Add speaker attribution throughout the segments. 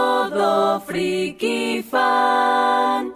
Speaker 1: Todo friki fan.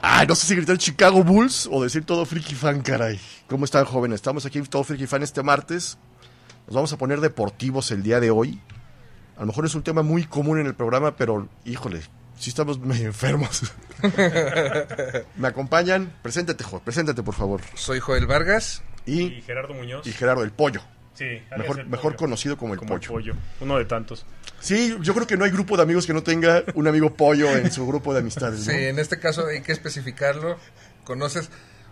Speaker 2: Ay, no sé si gritar Chicago Bulls o decir todo friki fan, caray. ¿Cómo están, jóvenes? Estamos aquí en todo friki fan este martes. Nos vamos a poner deportivos el día de hoy. A lo mejor es un tema muy común en el programa, pero híjole, sí estamos medio enfermos. ¿Me acompañan? Preséntate, Jorge, preséntate, por favor.
Speaker 3: Soy Joel Vargas.
Speaker 2: Y,
Speaker 4: y Gerardo Muñoz.
Speaker 2: y Gerardo, el pollo.
Speaker 4: sí, alias
Speaker 2: Mejor,
Speaker 4: el
Speaker 2: mejor
Speaker 4: pollo.
Speaker 2: conocido como el
Speaker 4: como el
Speaker 2: pollo.
Speaker 4: pollo. Uno de tantos.
Speaker 2: Sí, yo creo que no hay grupo de amigos que no tenga un amigo pollo en su grupo de amistades.
Speaker 3: Sí,
Speaker 2: ¿no?
Speaker 3: en este caso hay que especificarlo. Conoces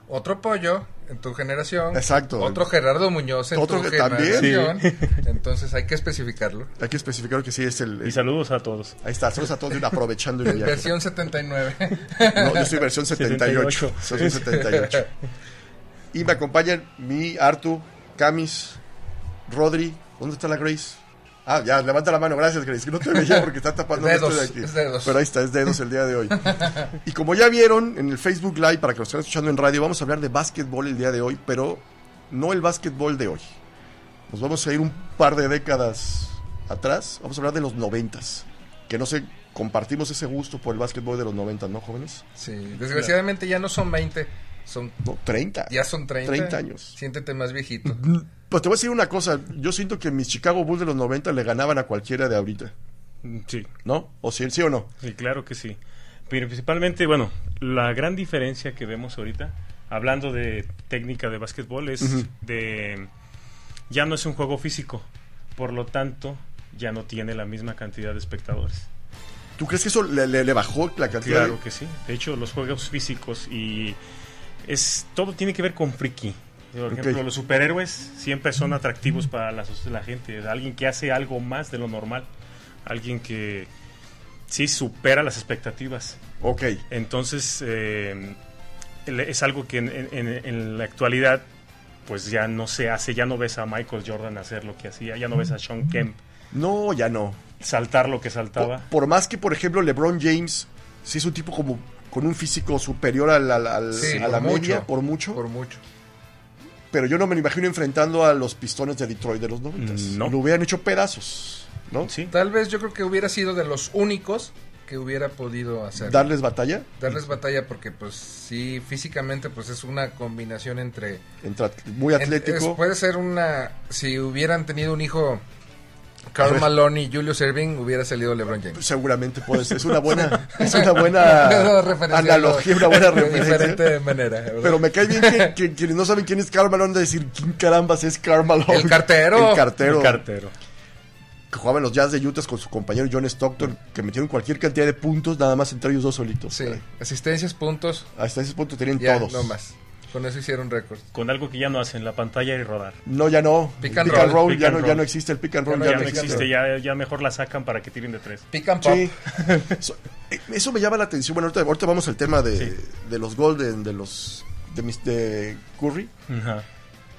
Speaker 3: otro pollo en tu generación.
Speaker 2: Exacto.
Speaker 3: Otro Gerardo Muñoz en
Speaker 2: Otro
Speaker 3: tu
Speaker 2: que también.
Speaker 3: generación. Entonces hay que especificarlo.
Speaker 2: Hay que especificar que sí es el.
Speaker 4: Y saludos a todos.
Speaker 2: Ahí está, saludos a todos y aprovechando el viaje.
Speaker 3: Versión 79.
Speaker 2: No, yo soy versión 78.
Speaker 4: 78.
Speaker 2: Soy un 78. Y me acompañan mi Artu, Camis, Rodri. ¿Dónde está la Grace? Ah, ya, levanta la mano, gracias Grace, que no te veía porque está tapando esto de
Speaker 3: Dedos,
Speaker 2: aquí.
Speaker 3: es dedos.
Speaker 2: Pero ahí está, es dedos el día de hoy. Y como ya vieron en el Facebook Live, para que nos estén escuchando en radio, vamos a hablar de básquetbol el día de hoy, pero no el básquetbol de hoy. Nos vamos a ir un par de décadas atrás, vamos a hablar de los noventas, que no sé, compartimos ese gusto por el básquetbol de los noventas, ¿no, jóvenes?
Speaker 3: Sí, desgraciadamente ya no son 20, son
Speaker 2: No, 30.
Speaker 3: ya son 30.
Speaker 2: 30 años.
Speaker 3: Siéntete más viejito.
Speaker 2: Pues te voy a decir una cosa. Yo siento que mis Chicago Bulls de los 90 le ganaban a cualquiera de ahorita.
Speaker 4: Mm, Sí,
Speaker 2: ¿No? ¿O sí, sí o no?
Speaker 4: sí, claro que sí. Pero principalmente, bueno, la gran diferencia que vemos ahorita, hablando de técnica de básquetbol, es de. Ya no es un juego físico. Por lo tanto, ya no tiene la misma cantidad de espectadores.
Speaker 2: ¿Tú crees que eso le, le- le bajó la cantidad?
Speaker 4: Claro que sí. De hecho, los juegos físicos y es todo tiene que ver con friki. Por ejemplo,
Speaker 2: Ok.
Speaker 4: los superhéroes siempre son atractivos para la, soci- la gente. Alguien que hace algo más de lo normal. Alguien que sí supera las expectativas.
Speaker 2: Ok.
Speaker 4: Entonces, eh, le- es algo que en, en- en- en la actualidad pues ya no se hace. Ya no ves a Michael Jordan hacer lo que hacía. Ya no ves a Sean Kemp
Speaker 2: No, ya no.
Speaker 4: saltar lo que
Speaker 2: Po-
Speaker 4: saltaba.
Speaker 2: Por, más que, por ejemplo, LeBron James, si es un tipo como con un físico superior al- al- al-
Speaker 3: Sí,
Speaker 2: a la
Speaker 3: por
Speaker 2: media,
Speaker 3: mucho.
Speaker 2: por mucho,
Speaker 3: Por mucho.
Speaker 2: pero yo no me lo imagino enfrentando a los pistones de Detroit de los 90.
Speaker 4: Mm, No.
Speaker 2: Lo hubieran hecho pedazos, ¿no?
Speaker 4: Sí.
Speaker 3: Tal vez yo creo que hubiera sido de los únicos que hubiera podido hacer.
Speaker 2: Darles batalla
Speaker 3: darles batalla porque pues sí físicamente pues es una combinación entre
Speaker 2: entre at- muy atlético.
Speaker 3: es- puede ser una si hubieran tenido un hijo
Speaker 2: A
Speaker 3: Carl
Speaker 2: ver.
Speaker 3: Malone y Julius Irving hubiera salido LeBron James
Speaker 2: Seguramente puede ser. Es una buena, es una buena
Speaker 3: Una referencia,
Speaker 2: analogía,
Speaker 3: ¿no?
Speaker 2: una buena
Speaker 3: De
Speaker 2: referencia.
Speaker 3: diferente manera ¿verdad?
Speaker 2: Pero me cae bien que, que quienes no saben quién es Karl Malone, de decir, ¿quién carambas es Karl Malone?
Speaker 3: El cartero.
Speaker 2: El cartero.
Speaker 4: El cartero.
Speaker 2: que jugaba en los Jazz de Utah con su compañero John Stockton, que metieron cualquier cantidad de puntos, nada más entre ellos dos solitos.
Speaker 3: sí
Speaker 2: Caray.
Speaker 3: asistencias puntos
Speaker 2: Hasta ese punto tenían
Speaker 3: ya
Speaker 2: todos.
Speaker 3: no más con eso hicieron récord
Speaker 4: Con algo que ya no hacen, la pantalla y rodar.
Speaker 2: No, ya no.
Speaker 3: Pick and
Speaker 2: Pick and
Speaker 3: roll,
Speaker 2: roll,
Speaker 4: pick
Speaker 2: ya,
Speaker 4: and
Speaker 2: no, ya
Speaker 4: roll.
Speaker 2: no existe el pick and roll.
Speaker 3: Ya
Speaker 4: ya
Speaker 3: no
Speaker 4: no
Speaker 3: existe.
Speaker 4: existe, ya, ya mejor la sacan para que tiren de tres.
Speaker 3: pick and pop
Speaker 2: Sí. So- eh, Eso me llama la atención. Bueno, ahorita, ahorita vamos al tema de,
Speaker 4: Sí.
Speaker 2: de los Golden, de los de, mis- de Curry.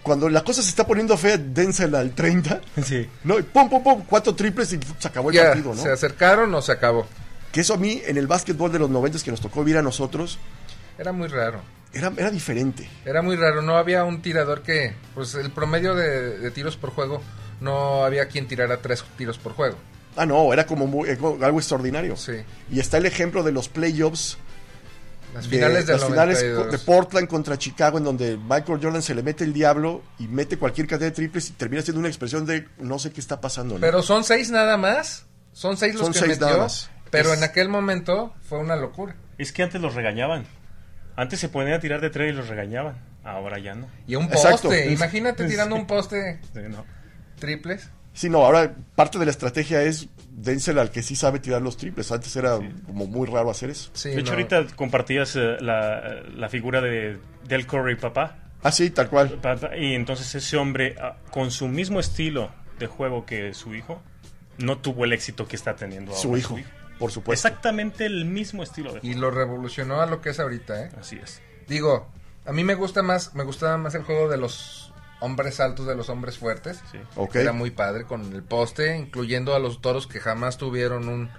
Speaker 2: Cuando la cosa se está poniendo fea, dénsela al 30.
Speaker 4: Sí.
Speaker 2: No, y pum, pum, pum, cuatro triples y se acabó el
Speaker 3: ya
Speaker 2: partido, ¿no?
Speaker 3: se acercaron o se acabó
Speaker 2: Que eso a mí, en el básquetbol de los 90 que nos tocó vivir a nosotros,
Speaker 3: era muy raro
Speaker 2: era, era diferente.
Speaker 3: Era muy raro, no había un tirador que, pues el promedio de, de tiros por juego, no había quien tirara tres tiros por juego.
Speaker 2: Ah, no, era como muy- eh, como algo extraordinario.
Speaker 3: Sí,
Speaker 2: Y está el ejemplo de los playoffs
Speaker 3: las finales de,
Speaker 2: las finales de
Speaker 3: 92.
Speaker 2: Portland contra Chicago, en donde Michael Jordan se le mete el diablo y mete cualquier cantidad de triples y termina siendo una expresión de no sé qué está pasando. ¿no?
Speaker 3: Pero son seis nada más, son seis los
Speaker 2: Son
Speaker 3: que
Speaker 2: seis
Speaker 3: metió,
Speaker 2: nada más.
Speaker 3: pero
Speaker 2: Es-
Speaker 3: en aquel momento fue una locura.
Speaker 4: Es que antes los regañaban. Antes se ponían a tirar de tres y los regañaban. Ahora ya no.
Speaker 3: Y un poste,
Speaker 2: Exacto.
Speaker 3: imagínate tirando un poste
Speaker 4: Sí, no.
Speaker 3: triples.
Speaker 2: Sí, no, ahora parte de la estrategia es dénsela al que sí sabe tirar los triples. Antes era como muy raro hacer eso.
Speaker 3: Sí,
Speaker 4: De hecho,
Speaker 3: no.
Speaker 4: ahorita compartías eh, la, la figura de Del Curry, papá.
Speaker 2: Ah, sí, tal cual.
Speaker 4: Pata- Y entonces ese hombre, ah, con su mismo estilo de juego que su hijo, no tuvo el éxito que está teniendo ahora.
Speaker 2: Su hijo, por supuesto.
Speaker 4: Exactamente el mismo estilo de
Speaker 3: Y
Speaker 4: juego.
Speaker 3: lo revolucionó a lo que es ahorita, ¿eh?
Speaker 4: Así es.
Speaker 3: Digo, a mí me gusta más, me gustaba más el juego de los hombres altos, de los hombres fuertes.
Speaker 4: Sí.
Speaker 2: Ok.
Speaker 3: Era muy padre con el poste, incluyendo a los toros que jamás tuvieron un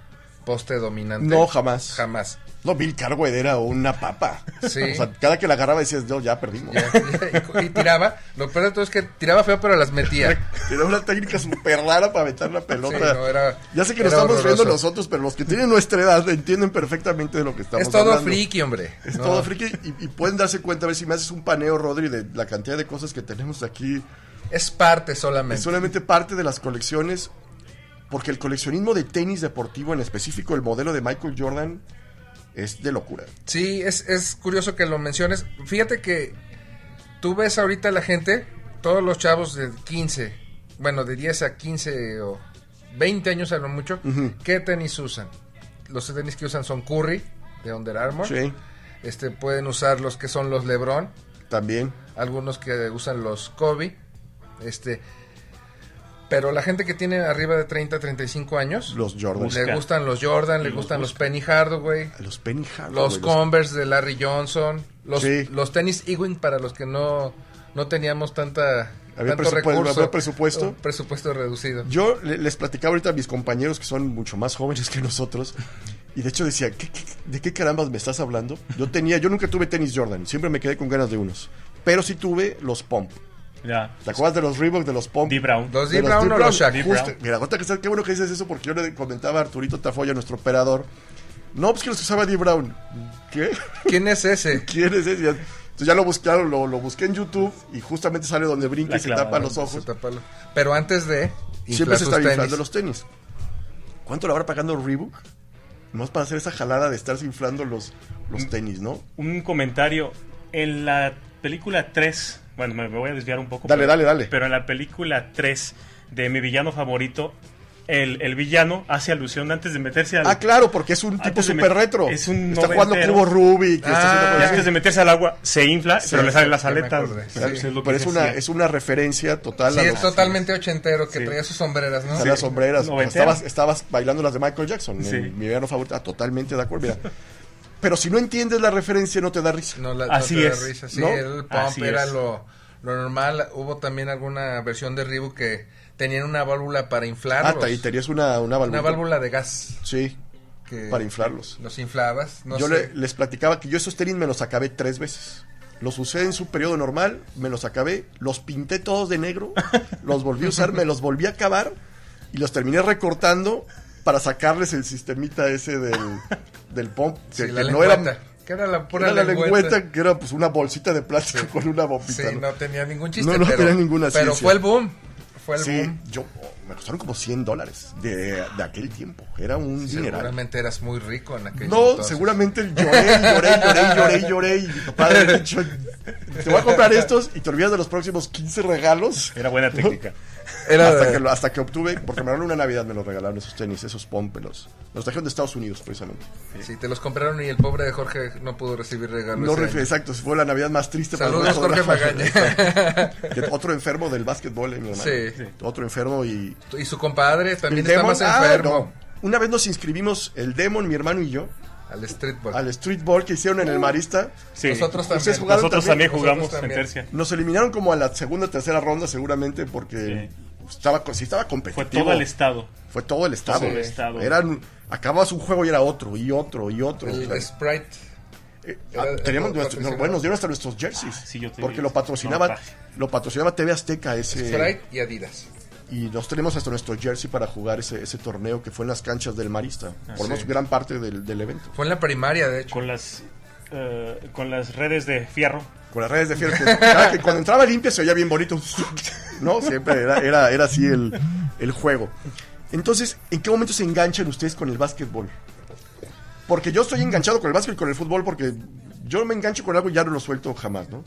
Speaker 3: poste dominante.
Speaker 2: No, jamás.
Speaker 3: Jamás.
Speaker 2: No, Bill Cartwright era una papa.
Speaker 3: Sí.
Speaker 2: O sea, cada que la agarraba decías, yo ya perdimos.
Speaker 3: y, y tiraba. Lo peor de todo es que tiraba feo, pero las metía.
Speaker 2: Era una técnica súper rara para meter la pelota.
Speaker 3: Sí, no, era-
Speaker 2: ya sé que nos
Speaker 3: era
Speaker 2: estamos riendo
Speaker 3: horroroso.
Speaker 2: nosotros, pero los que tienen nuestra edad entienden perfectamente de lo que estamos
Speaker 3: Es todo
Speaker 2: hablando.
Speaker 3: friki, hombre.
Speaker 2: Es
Speaker 3: No.
Speaker 2: todo friki y, y pueden darse cuenta, a ver si me haces un paneo, Rodri, de la cantidad de cosas que tenemos aquí.
Speaker 3: Es parte
Speaker 2: Es
Speaker 3: solamente.
Speaker 2: solamente parte de las colecciones, porque el coleccionismo de tenis deportivo, en específico el modelo de Michael Jordan, es de locura.
Speaker 3: Sí, es, es curioso que lo menciones. Fíjate que tú ves ahorita la gente, todos los chavos de 15, bueno, de 10 a 15 o 20 años a lo mucho, ¿qué tenis usan? Los tenis que usan son Curry, de Under Armour.
Speaker 2: Sí,
Speaker 3: Este, pueden usar los que son los LeBron,
Speaker 2: también.
Speaker 3: algunos que usan los Kobe. Este, pero la gente que tiene arriba de 30, 35 años,
Speaker 2: Los Jordan.
Speaker 3: le gustan los Jordan, le
Speaker 4: Los
Speaker 3: gustan los
Speaker 4: busca.
Speaker 3: Penny Hardaway.
Speaker 2: Ah, Los Penny Hardaway,
Speaker 3: Los Converse de Larry Johnson, los,
Speaker 2: Sí.
Speaker 3: los tenis Ewing para los que no, no teníamos tanta
Speaker 2: Había
Speaker 3: tanto
Speaker 2: presupuesto,
Speaker 3: recurso,
Speaker 2: había presupuesto.
Speaker 3: un presupuesto reducido.
Speaker 2: Yo le- les platicaba ahorita a mis compañeros que son mucho más jóvenes que nosotros. Y de hecho decía, "¿Qué- qué- de qué carambas me estás hablando? Yo tenía, yo nunca tuve tenis Jordan, siempre me quedé con ganas de unos. Pero sí tuve los Pump.
Speaker 4: Ya.
Speaker 2: ¿Te acuerdas de los Reebok, de los Pump?
Speaker 4: D. Brown.
Speaker 3: Los
Speaker 2: De
Speaker 3: D. Brown
Speaker 2: Deep
Speaker 3: o los Shaq.
Speaker 4: Deep
Speaker 2: Justo,
Speaker 4: Brown.
Speaker 2: mira, ahorita que está- qué bueno que dices eso porque yo le comentaba a Arturito Tafoya, nuestro operador. No, pues que los usaba D. Brown. ¿Qué?
Speaker 3: ¿Quién es ese?
Speaker 2: ¿Quién es ese? Entonces ya lo buscaron, lo, lo busqué en YouTube y justamente sale donde brinca
Speaker 4: La
Speaker 2: y se
Speaker 4: clavada,
Speaker 2: tapa los
Speaker 4: se
Speaker 2: ojos.
Speaker 3: Se tapa lo- Pero antes de
Speaker 2: Siempre
Speaker 3: inflar
Speaker 2: se
Speaker 3: sus
Speaker 2: está inflando
Speaker 3: tenis.
Speaker 2: los tenis. ¿Cuánto le habrá pagando Reebok? Nomás para hacer esa jalada de estarse inflando los,
Speaker 4: Mm.
Speaker 2: los tenis, ¿no?
Speaker 4: Un comentario. En la película 3, bueno, me me voy a desviar un poco.
Speaker 2: Dale,
Speaker 4: pero-
Speaker 2: dale, dale.
Speaker 4: Pero en la película 3 de mi villano favorito, el, el villano hace alusión antes de meterse al...
Speaker 2: Ah, claro, porque es un
Speaker 4: Antes
Speaker 2: tipo
Speaker 4: de
Speaker 2: súper
Speaker 4: met-
Speaker 2: retro.
Speaker 4: es un
Speaker 2: está jugando
Speaker 4: noventero.
Speaker 2: cubo Rubik. y está haciendo
Speaker 3: Ah,
Speaker 4: Y
Speaker 2: cosas
Speaker 4: antes de meterse al agua, se infla, pero le salen las
Speaker 3: ya me
Speaker 4: aletas.
Speaker 3: acordé.
Speaker 4: Eso es lo que
Speaker 2: Pero es
Speaker 4: se
Speaker 2: una,
Speaker 4: hacía.
Speaker 2: es una referencia total
Speaker 3: Sí,
Speaker 2: a
Speaker 3: es
Speaker 2: los-
Speaker 3: totalmente ochentero, que
Speaker 4: Sí.
Speaker 3: traía sus sombreras, ¿no?
Speaker 2: a las sombreras.
Speaker 4: noventero.
Speaker 2: Estabas, estabas bailando las de Michael Jackson.
Speaker 4: Sí.
Speaker 2: Mi verano favorito. Ah, totalmente de acuerdo. mira. Pero si no entiendes la referencia, no te da risa.
Speaker 3: No, la,
Speaker 4: Así
Speaker 3: no te da
Speaker 4: es,
Speaker 3: risa, sí,
Speaker 2: ¿no?
Speaker 3: el pump
Speaker 4: Así
Speaker 3: era
Speaker 4: es.
Speaker 3: lo, lo normal. Hubo también alguna versión de Reebok que tenían una válvula para
Speaker 2: Ah,
Speaker 3: inflarlos.
Speaker 2: y tenías una, una válvula.
Speaker 3: una válvula de gas
Speaker 2: Sí,
Speaker 3: que
Speaker 2: para inflarlos.
Speaker 3: los inflabas. No
Speaker 2: yo
Speaker 3: sé.
Speaker 2: le- les platicaba que yo esos tenis me los acabé tres veces. Los usé en su periodo normal, me los acabé, los pinté todos de negro, los volví a usar, me los volví a acabar y los terminé recortando para sacarles el sistemita ese del, del pomp.
Speaker 3: Sí,
Speaker 2: Que,
Speaker 3: la
Speaker 2: que no era,
Speaker 3: lengüeta, que era la pura
Speaker 2: era la
Speaker 3: lengüeta.
Speaker 2: lengüeta, que era pues una bolsita de plástico con una
Speaker 3: Sí,
Speaker 2: bombita. ¿no?
Speaker 3: no tenía ningún chiste.
Speaker 2: No, no
Speaker 3: pero,
Speaker 2: tenía ninguna
Speaker 3: Pero
Speaker 2: ciencia.
Speaker 3: fue el boom. Fue el
Speaker 2: Sí,
Speaker 3: boom.
Speaker 2: yo, oh, me costaron como 100 dólares de, de aquel tiempo. Era un dineral.
Speaker 3: Seguramente eras muy rico en aquel
Speaker 2: No,
Speaker 3: entonces.
Speaker 2: seguramente lloré, lloré, lloré, lloré, lloré. Y mi papá le había dicho, te voy a comprar estos y te olvidas de los próximos 15 regalos.
Speaker 4: Era buena técnica.
Speaker 3: Era
Speaker 2: hasta,
Speaker 3: de-
Speaker 2: que, lo- hasta que obtuve, porque me regalaron una Navidad, me los regalaron esos tenis, esos pompelos. Los trajeron de Estados Unidos, precisamente.
Speaker 3: Sí, te los compraron y el pobre de Jorge Ah, no pudo recibir regalos.
Speaker 2: No, refe- exacto, fue la Navidad más triste
Speaker 3: Saludos,
Speaker 2: nosotros.
Speaker 3: Jorge Magaña.
Speaker 2: Que otro enfermo del básquetbol, eh, mi hermano.
Speaker 3: Sí.
Speaker 4: Sí.
Speaker 2: Otro enfermo y...
Speaker 3: y su compadre también
Speaker 2: el
Speaker 3: está
Speaker 2: Demon,
Speaker 3: más
Speaker 2: ah,
Speaker 3: enfermo.
Speaker 2: no. Una vez nos inscribimos, el Demon, mi hermano y yo,
Speaker 3: Al streetball.
Speaker 2: al streetball que hicieron en
Speaker 3: Uh.
Speaker 2: el Marista.
Speaker 4: Sí.
Speaker 3: Nosotros
Speaker 4: Nosotros,
Speaker 3: también.
Speaker 2: Ustedes jugaron
Speaker 4: también
Speaker 2: también,
Speaker 4: jugamos
Speaker 3: nosotros también.
Speaker 4: en tercia.
Speaker 2: Nos eliminaron como a la segunda o tercera ronda seguramente porque estaba co- sí estaba
Speaker 4: Fue
Speaker 2: competitivo.
Speaker 4: todo el estado.
Speaker 2: Fue todo el estado.
Speaker 4: Todo el estado.
Speaker 2: Eran acababas un juego y era otro y otro y otro. O
Speaker 3: El
Speaker 2: sea,
Speaker 3: Sprite.
Speaker 2: eh,
Speaker 3: era-
Speaker 2: ah,
Speaker 3: era
Speaker 2: teníamos nuestros,
Speaker 3: patrocinado.
Speaker 2: no, bueno, nos dieron hasta nuestros jerseys.
Speaker 4: sí, yo te-
Speaker 2: porque lo patrocinaba
Speaker 4: no, pa.
Speaker 2: lo patrocinaba TV Azteca ese
Speaker 3: Sprite y Adidas.
Speaker 2: y nos tenemos hasta nuestro jersey para jugar ese, ese torneo que fue en las canchas del Marista.
Speaker 4: Ah,
Speaker 2: por lo
Speaker 3: sí.
Speaker 2: menos gran parte del, del evento.
Speaker 3: Fue en la primaria, de hecho.
Speaker 4: Con las, eh, con las redes de fierro.
Speaker 2: Con las redes de fiel. que- cada que cuando entraba limpia se oía bien bonito. No, siempre era, era, era así el, el juego. Entonces, ¿en qué momento se enganchan ustedes con el básquetbol? Porque yo estoy enganchado con el básquet y con el fútbol porque yo me engancho con algo y ya no lo suelto jamás, ¿no?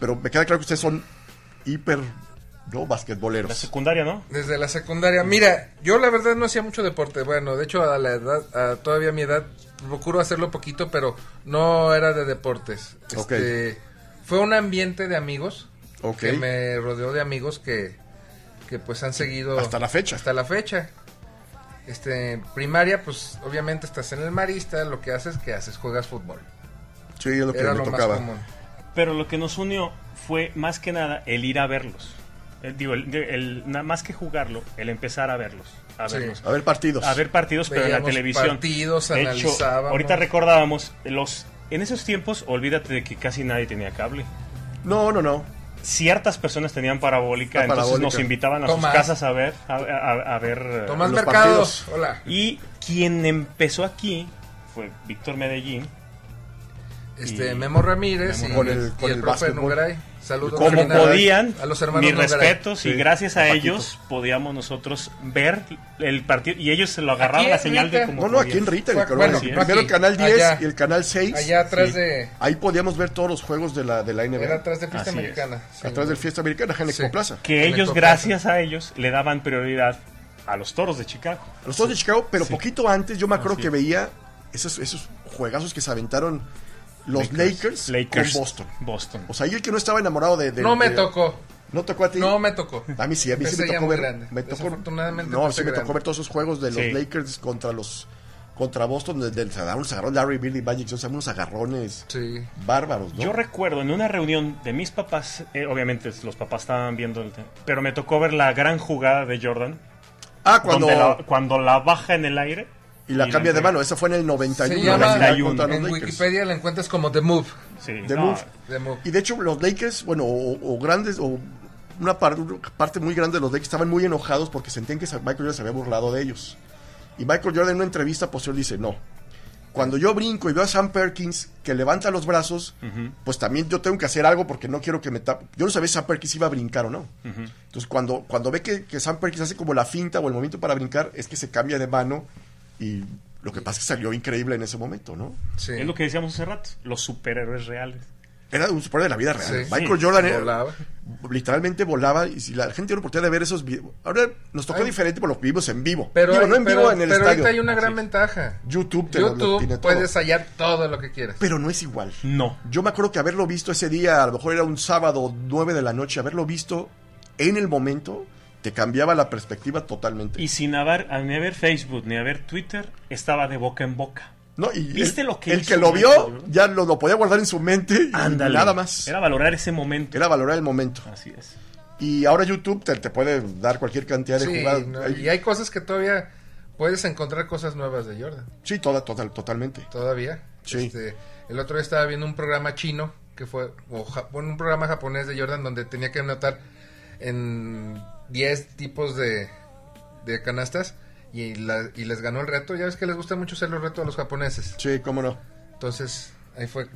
Speaker 2: Pero me queda claro que ustedes son hiper, ¿no?
Speaker 4: La
Speaker 2: Basquetboleros.
Speaker 4: secundaria, ¿no?
Speaker 3: Desde la secundaria. Mira, yo la verdad no hacía mucho deporte. Bueno, de hecho, a la edad, a todavía a mi edad, procuro hacerlo poquito, pero no era de deportes.
Speaker 2: Ok.
Speaker 3: Este, fue un ambiente de amigos
Speaker 2: Ok.
Speaker 3: que me rodeó de amigos que, que pues han seguido
Speaker 2: Hasta la fecha.
Speaker 3: hasta la fecha. Este, primaria, pues obviamente estás en el marista, lo que haces, que haces, juegas fútbol.
Speaker 2: Sí, es lo que
Speaker 3: Era
Speaker 2: me
Speaker 3: lo
Speaker 2: tocaba. Eh,
Speaker 3: más común.
Speaker 4: Pero lo que nos unió fue más que nada el ir a verlos. El- digo, el- el- na- más que jugarlo, el empezar a verlos. A
Speaker 3: Sí.
Speaker 4: verlos.
Speaker 2: A ver, partidos.
Speaker 4: A ver partidos, pero en la
Speaker 3: Veíamos
Speaker 4: televisión.
Speaker 3: partidos,
Speaker 4: De hecho,
Speaker 3: analizábamos.
Speaker 4: ahorita recordábamos, los, en esos tiempos, olvídate de que casi nadie tenía cable.
Speaker 2: No, no, no.
Speaker 4: Ciertas personas tenían parabólica,
Speaker 2: La
Speaker 4: entonces
Speaker 2: parabólica.
Speaker 4: nos invitaban a
Speaker 3: Tomás.
Speaker 4: sus casas a ver, a, a- a ver. eh,
Speaker 3: Tomás
Speaker 2: los
Speaker 3: Mercados,
Speaker 2: partidos.
Speaker 3: hola.
Speaker 4: Y quien empezó aquí fue Víctor Medellín.
Speaker 3: Este,
Speaker 4: y-
Speaker 3: Memo Ramírez
Speaker 4: Memo
Speaker 3: y,
Speaker 2: Con el-
Speaker 3: y
Speaker 2: con
Speaker 3: el
Speaker 2: el
Speaker 3: profe
Speaker 2: básquetbol.
Speaker 3: Nugaray. Saludos
Speaker 2: Como
Speaker 4: Como
Speaker 3: Nugaray.
Speaker 4: podían,
Speaker 3: a los hermanos
Speaker 4: mis
Speaker 3: Nugaray.
Speaker 4: respetos, y
Speaker 2: Sí,
Speaker 4: gracias a
Speaker 2: Zapatito.
Speaker 4: ellos podíamos nosotros ver el partido. Y ellos se lo agarraban
Speaker 3: Aquí,
Speaker 4: la señal de
Speaker 3: Rita.
Speaker 4: como.
Speaker 2: No, no, aquí
Speaker 4: podían.
Speaker 2: en Rita.
Speaker 3: Fue-
Speaker 2: el canal-
Speaker 3: bueno,
Speaker 2: el
Speaker 3: no
Speaker 2: primero
Speaker 3: aquí,
Speaker 2: el canal 10
Speaker 3: allá.
Speaker 2: y el canal 6.
Speaker 3: Allá atrás
Speaker 4: Sí.
Speaker 3: de
Speaker 2: Ahí podíamos ver todos los juegos de la, de la NBA.
Speaker 3: era atrás de fiesta
Speaker 4: Así es.
Speaker 3: americana. sí.
Speaker 2: Atrás del Fiesta Americana, acá en Expo
Speaker 3: Sí.
Speaker 2: Plaza.
Speaker 4: Que
Speaker 3: En
Speaker 4: ellos,
Speaker 3: Expo
Speaker 4: gracias a ellos, le daban prioridad a los toros de Chicago.
Speaker 2: A los toros de Chicago, pero poquito antes yo me acuerdo
Speaker 4: Así
Speaker 2: que
Speaker 4: es.
Speaker 2: veía esos, esos juegazos que se aventaron los Lakers, con Boston.
Speaker 4: Boston.
Speaker 2: O sea, yo el que no estaba enamorado de... de-
Speaker 3: No me
Speaker 2: de-
Speaker 3: tocó.
Speaker 2: No tocó a ti.
Speaker 3: No me tocó.
Speaker 2: A mí sí, a mí sí
Speaker 3: Empecé
Speaker 2: me
Speaker 3: ya
Speaker 2: tocó
Speaker 3: muy
Speaker 2: ver.
Speaker 3: grande.
Speaker 2: Me tocó,
Speaker 3: Desafortunadamente
Speaker 2: no,
Speaker 3: empecé
Speaker 2: sí me
Speaker 3: grande.
Speaker 2: tocó ver todos esos juegos de los
Speaker 4: Sí.
Speaker 2: Lakers contra los contra Boston, del del- se daban unos agarrones, Larry Bird y Magic Johnson, unos agarrones
Speaker 3: Sí.
Speaker 2: bárbaros, ¿no?
Speaker 4: Yo recuerdo en una reunión de mis papás, eh, obviamente los papás estaban viendo, el, pero me tocó ver la gran jugada de Jordan,
Speaker 2: ah, cuando
Speaker 4: donde la- cuando la baja en el aire
Speaker 2: y la cambia de
Speaker 4: entrega.
Speaker 2: mano, esa fue en el 91,
Speaker 3: Se llama-
Speaker 2: la final
Speaker 4: 91.
Speaker 2: contra los
Speaker 3: En
Speaker 2: Lakers.
Speaker 3: Wikipedia la encuentras como The Move.
Speaker 4: Sí,
Speaker 2: The
Speaker 4: no,
Speaker 2: Move.
Speaker 3: The Move.
Speaker 2: Y de hecho, los Lakers, bueno, o, o grandes, o una, par- una parte muy grande de los Lakers estaban muy enojados porque sentían que Sa- Michael Jordan se había burlado de ellos. Y Michael Jordan en una entrevista posterior dice, no. Cuando yo brinco y veo a Sam Perkins que levanta los brazos, pues también yo tengo que hacer algo porque no quiero que me tape. Yo no sabía si Sam Perkins iba a brincar o no. Entonces, cuando, cuando ve que, que Sam Perkins hace como la finta o el movimiento para brincar, es que se cambia de mano y lo que pasa es que salió increíble en ese momento, ¿no?
Speaker 3: Sí.
Speaker 4: Es lo que decíamos hace rato, los superhéroes reales.
Speaker 2: Era un superhéroe de la vida real.
Speaker 3: Sí.
Speaker 2: Michael Jordan era-
Speaker 3: Volaba.
Speaker 2: literalmente volaba y si la gente tiene oportunidad de ver esos videos. Ahora nos tocó
Speaker 3: Ay.
Speaker 2: diferente por lo que vivimos en vivo.
Speaker 3: Pero,
Speaker 2: Digo,
Speaker 3: hay-
Speaker 2: no en
Speaker 3: pero-
Speaker 2: vivo en el
Speaker 3: pero
Speaker 2: estadio.
Speaker 3: ahorita hay una gran
Speaker 4: Así es.
Speaker 3: ventaja.
Speaker 2: YouTube te lo- lo tiene
Speaker 3: YouTube
Speaker 2: todo. Pues,
Speaker 3: puedes hallar todo lo que quieras.
Speaker 2: Pero no es igual.
Speaker 4: No.
Speaker 2: Yo me acuerdo que haberlo visto ese día, a lo mejor era un sábado 9 de la noche, haberlo visto en el momento te cambiaba la perspectiva totalmente.
Speaker 4: Y sin haber, ni haber Facebook, ni haber Twitter, estaba de boca en boca.
Speaker 2: ¿No? Y
Speaker 4: ¿Viste
Speaker 2: el,
Speaker 4: lo que
Speaker 2: el
Speaker 4: hizo
Speaker 2: que lo vio
Speaker 4: Michael Jordan?
Speaker 2: ya lo, lo podía guardar en su mente y
Speaker 4: Ándale.
Speaker 2: nada más.
Speaker 4: Era
Speaker 2: Era,
Speaker 4: valorar ese momento.
Speaker 2: valorar el momento.
Speaker 4: Así es.
Speaker 2: Y ahora YouTube te, te puede dar cualquier cantidad de
Speaker 3: Sí,
Speaker 2: jugadas.
Speaker 3: no,
Speaker 2: Hay-
Speaker 3: y hay cosas que todavía puedes encontrar cosas nuevas de Jordan.
Speaker 2: Sí, toda, total, totalmente.
Speaker 3: Todavía.
Speaker 2: Sí.
Speaker 3: Este, el otro día estaba viendo un programa chino que fue, o ja- bueno, un programa japonés de Jordan donde tenía que anotar en 10 tipos de, de canastas y, la- y les ganó el reto. Ya ves que les gusta mucho hacer los retos a los japoneses.
Speaker 2: Sí, cómo no.
Speaker 3: Entonces, ahí fue.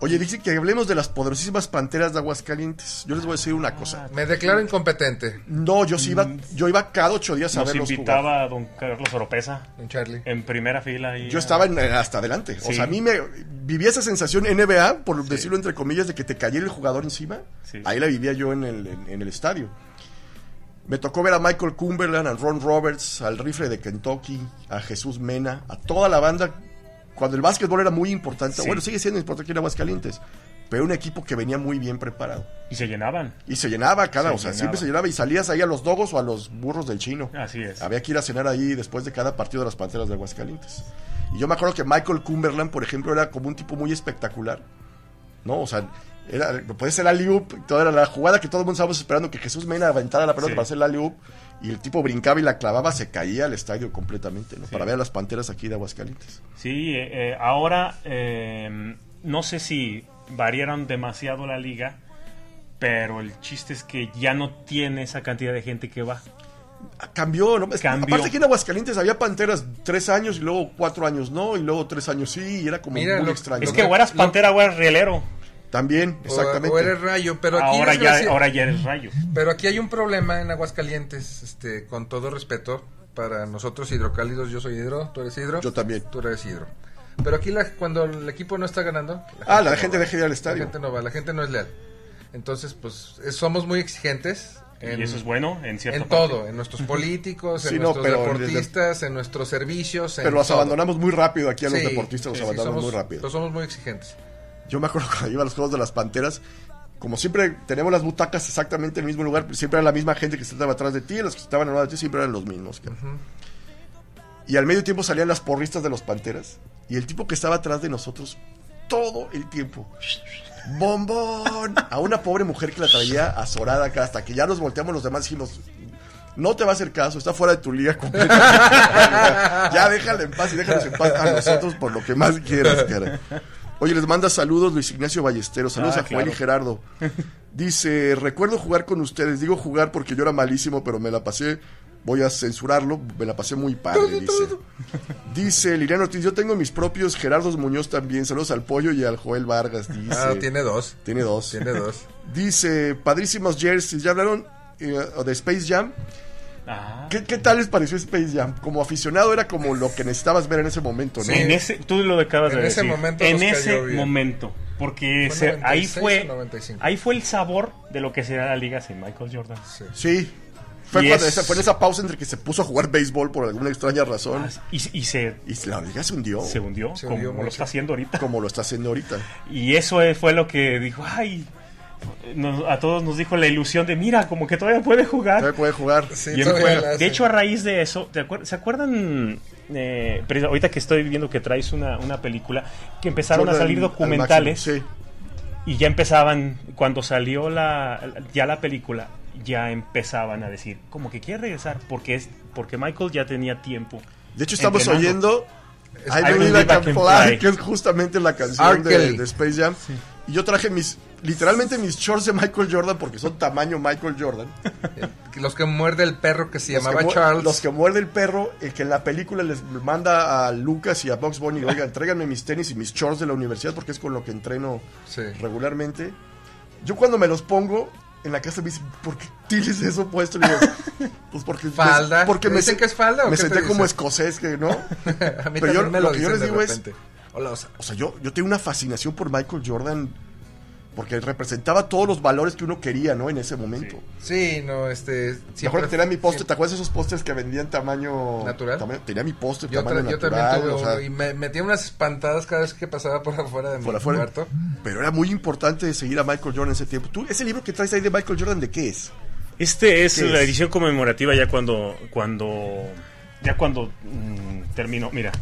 Speaker 2: Oye, dice que hablemos de las poderosísimas panteras de Aguascalientes. Yo les voy a decir una cosa.
Speaker 3: Me declaro incompetente,
Speaker 2: No, yo sí iba, yo iba cada ocho días a
Speaker 4: Mm. Nos
Speaker 2: verlos
Speaker 4: invitaba
Speaker 2: jugar.
Speaker 4: a don Carlos Oropesa
Speaker 3: don Charlie.
Speaker 4: en primera fila. y
Speaker 2: Yo estaba en- eh, hasta adelante. O
Speaker 4: Sí.
Speaker 2: sea, a mí me vivía esa sensación NBA, por decirlo entre comillas, de que te cayera el jugador encima.
Speaker 4: Sí.
Speaker 2: Ahí la vivía yo en el, en- en el estadio. Me tocó ver a Michael Cumberland, a Ron Roberts, al rifle de Kentucky, a Jesús Mena, a toda la banda. Cuando el básquetbol era muy importante,
Speaker 4: Sí.
Speaker 2: bueno, sigue siendo importante aquí en Aguascalientes, pero un equipo que venía muy bien preparado.
Speaker 4: Y se llenaban.
Speaker 2: Y se llenaba cada,
Speaker 4: Se
Speaker 2: o sea,
Speaker 4: llenaba.
Speaker 2: siempre se llenaba y salías ahí a los dogos o a los burros del chino.
Speaker 4: Así es.
Speaker 2: Había que ir a cenar ahí después de cada partido de las Panteras de Aguascalientes. Y yo me acuerdo que Michael Cumberland, por ejemplo, era como un tipo muy espectacular. ¿No? O sea, era, puede ser la Liup, toda era la jugada que todo el mundo estábamos esperando que Jesús Mena aventara la pelota
Speaker 4: Sí.
Speaker 2: para hacer la Liup. Y el tipo brincaba y la clavaba, se caía al estadio completamente, ¿no? Para ver a las panteras aquí de Aguascalientes.
Speaker 4: Sí, eh, eh, ahora eh, no sé si variaron demasiado la liga, pero el chiste es que ya no tiene esa cantidad de gente que va.
Speaker 2: Ah, Cambió, ¿no? Es-
Speaker 4: Cambió.
Speaker 2: Aparte aquí en Aguascalientes había panteras tres años y luego cuatro años no, y luego tres años sí, y era como
Speaker 3: Mira,
Speaker 2: muy
Speaker 3: lo-
Speaker 2: extraño.
Speaker 4: Es
Speaker 2: ¿no?
Speaker 4: que o eras
Speaker 3: lo-
Speaker 4: pantera o eres rielero.
Speaker 2: También,
Speaker 3: O-
Speaker 2: exactamente.
Speaker 3: O, eres rayo, pero aquí
Speaker 4: Ahora
Speaker 3: desgraci-
Speaker 4: ya, ahora ya eres rayo.
Speaker 3: Pero aquí hay un problema en Aguascalientes, este, con todo respeto para nosotros hidrocálidos, yo soy hidro, tú eres hidro.
Speaker 2: Yo también.
Speaker 3: Tú eres hidro. Pero aquí la- cuando el equipo no está ganando...
Speaker 2: Ah, la
Speaker 3: no
Speaker 2: gente
Speaker 3: va.
Speaker 2: deja de ir al
Speaker 3: La
Speaker 2: estadio.
Speaker 3: gente no va, la gente no es leal. Entonces, pues, es- somos muy exigentes. En,
Speaker 4: y eso es bueno en cierta
Speaker 3: en
Speaker 4: parte.
Speaker 3: todo, en nuestros políticos, en
Speaker 2: Sí, no,
Speaker 3: nuestros
Speaker 2: pero desde-
Speaker 3: deportistas, en nuestros servicios. en
Speaker 2: Pero los
Speaker 3: todo.
Speaker 2: abandonamos muy rápido aquí a los
Speaker 3: Sí,
Speaker 2: deportistas, los
Speaker 3: sí, sí,
Speaker 2: abandonamos muy
Speaker 3: somos-
Speaker 2: rápido.
Speaker 3: Pero somos muy exigentes.
Speaker 2: Yo me acuerdo cuando iba a los Juegos de las Panteras, como siempre tenemos las butacas exactamente en el mismo lugar, siempre era la misma gente que se estaba atrás de ti, y los que estaban al lado de ti siempre eran los mismos. cabrón. Y al medio tiempo salían las porristas de los Panteras, y el tipo que estaba atrás de nosotros todo el tiempo. ¡Bombón! A una pobre mujer que la traía azorada acá, hasta que ya nos volteamos los demás y dijimos, no te va a hacer caso, está fuera de tu liga completamente. ya déjala en paz y déjanos en paz a nosotros por lo que más quieras, cara. Oye, les manda saludos Luis Ignacio Ballesteros, saludos
Speaker 4: Ah,
Speaker 2: a Joel y
Speaker 4: claro.
Speaker 2: Gerardo. Dice, recuerdo jugar con ustedes, digo jugar porque yo era malísimo, pero me la pasé, voy a censurarlo, me la pasé muy padre, dice. Dice Liliana Ortiz, yo tengo mis propios Gerardos Muñoz también, saludos al Pollo y al Joel Vargas, dice.
Speaker 3: Ah, tiene dos.
Speaker 2: Tiene dos.
Speaker 3: Tiene dos.
Speaker 2: Dice, padrísimos jerseys, ¿ya hablaron eh, de Space Jam?
Speaker 4: Ah.
Speaker 2: ¿Qué, qué tal les pareció Space Jam? Como aficionado era como lo que necesitabas ver en ese momento, ¿no?
Speaker 4: En ese, tú lo acabas
Speaker 3: En
Speaker 4: de
Speaker 3: ese
Speaker 4: decir.
Speaker 3: momento
Speaker 4: en
Speaker 3: nos cayó
Speaker 4: ese
Speaker 3: bien.
Speaker 4: momento. Porque
Speaker 3: Fue
Speaker 4: se-
Speaker 3: 96
Speaker 4: ahí
Speaker 3: o
Speaker 4: fue
Speaker 3: 95.
Speaker 4: ahí fue el sabor de lo que será la liga sin Michael Jordan.
Speaker 2: Sí. Fue,
Speaker 4: Y
Speaker 2: cuando
Speaker 4: es-
Speaker 2: esa, fue en esa pausa entre que se puso a jugar béisbol por alguna extraña
Speaker 3: Ah,
Speaker 2: razón.
Speaker 4: Ah, Y, y se,
Speaker 2: Y la liga se hundió.
Speaker 4: se hundió,
Speaker 3: Se
Speaker 4: como
Speaker 3: hundió
Speaker 4: lo
Speaker 3: mucho.
Speaker 4: está haciendo ahorita.
Speaker 2: Como lo está haciendo ahorita.
Speaker 4: Y eso eh, fue lo que dijo, ay, nos- a todos nos dijo la ilusión de, mira, como que todavía puede jugar.
Speaker 2: Todavía puede jugar.
Speaker 3: Sí,
Speaker 4: Y él
Speaker 3: todavía
Speaker 4: juega.
Speaker 3: la hace.
Speaker 4: de hecho, a raíz de eso, ¿te acuer- ¿se acuerdan? eh, pero ahorita que estoy viendo que traes una, una película, que empezaron a
Speaker 2: Jordan
Speaker 4: salir
Speaker 2: al
Speaker 4: documentales.
Speaker 2: máximo,
Speaker 4: Y ya empezaban, cuando salió la, ya la película, ya empezaban a decir, como que quiere regresar, porque es porque Michael ya tenía tiempo.
Speaker 2: sí. De hecho, estamos
Speaker 4: entrenando.
Speaker 2: oyendo I
Speaker 4: I
Speaker 2: Believe I Can Fly, que es justamente la
Speaker 3: R.
Speaker 2: canción de,
Speaker 3: Kelly.
Speaker 2: de Space Jam. Y yo traje mis, literalmente mis shorts de Michael Jordan porque son tamaño Michael Jordan.
Speaker 3: Los que muerde el perro que se
Speaker 2: Los
Speaker 3: llamaba
Speaker 2: que mu-
Speaker 3: Charles.
Speaker 2: Los que muerde el perro, el que en la película les manda a Lucas y a Box Bunny, oigan, tráiganme mis tenis y mis shorts de la universidad porque es con lo que entreno
Speaker 3: Sí.
Speaker 2: regularmente. Yo cuando me los pongo en la casa me dicen, ¿por qué tienes eso puesto? Le digo, pues porque... me-
Speaker 3: ¿Falda?
Speaker 2: porque
Speaker 3: ¿Te
Speaker 2: me
Speaker 3: dicen
Speaker 2: sen-
Speaker 3: que es falda o
Speaker 2: Me
Speaker 3: qué te
Speaker 2: sentía como
Speaker 3: dicen?
Speaker 2: escocés, que ¿no?
Speaker 3: A mí
Speaker 2: Pero yo-
Speaker 3: también me
Speaker 2: lo
Speaker 3: lo,
Speaker 2: que yo
Speaker 3: dicen
Speaker 2: les
Speaker 3: de
Speaker 2: digo es-
Speaker 3: repente. Hola, o sea,
Speaker 2: O sea, yo, yo tenía una fascinación por Michael Jordan porque representaba todos los valores que uno quería, ¿no? En ese momento.
Speaker 3: Sí, no,
Speaker 2: Me
Speaker 3: este...
Speaker 2: acuerdo
Speaker 3: siempre-
Speaker 2: que tenía mi póster, ¿te
Speaker 3: siempre-
Speaker 2: acuerdas de esos pósters que vendían tamaño
Speaker 3: ¿Natural?
Speaker 2: tamaño- tenía mi póster
Speaker 3: Yo,
Speaker 2: tamaño
Speaker 3: tra- yo
Speaker 2: natural,
Speaker 3: también tuve
Speaker 2: o
Speaker 3: uno
Speaker 2: sea,
Speaker 3: y me metía unas espantadas cada vez que pasaba por afuera de mi
Speaker 2: por afuera.
Speaker 3: cuarto.
Speaker 2: Pero era muy importante seguir a Michael Jordan en ese tiempo. ¿Tú, ese libro que traes ahí de Michael Jordan, ¿de qué es?
Speaker 4: Este es
Speaker 2: ¿Qué
Speaker 4: la
Speaker 2: es?
Speaker 4: edición conmemorativa ya cuando cuando ya cuando mm, terminó. Mira,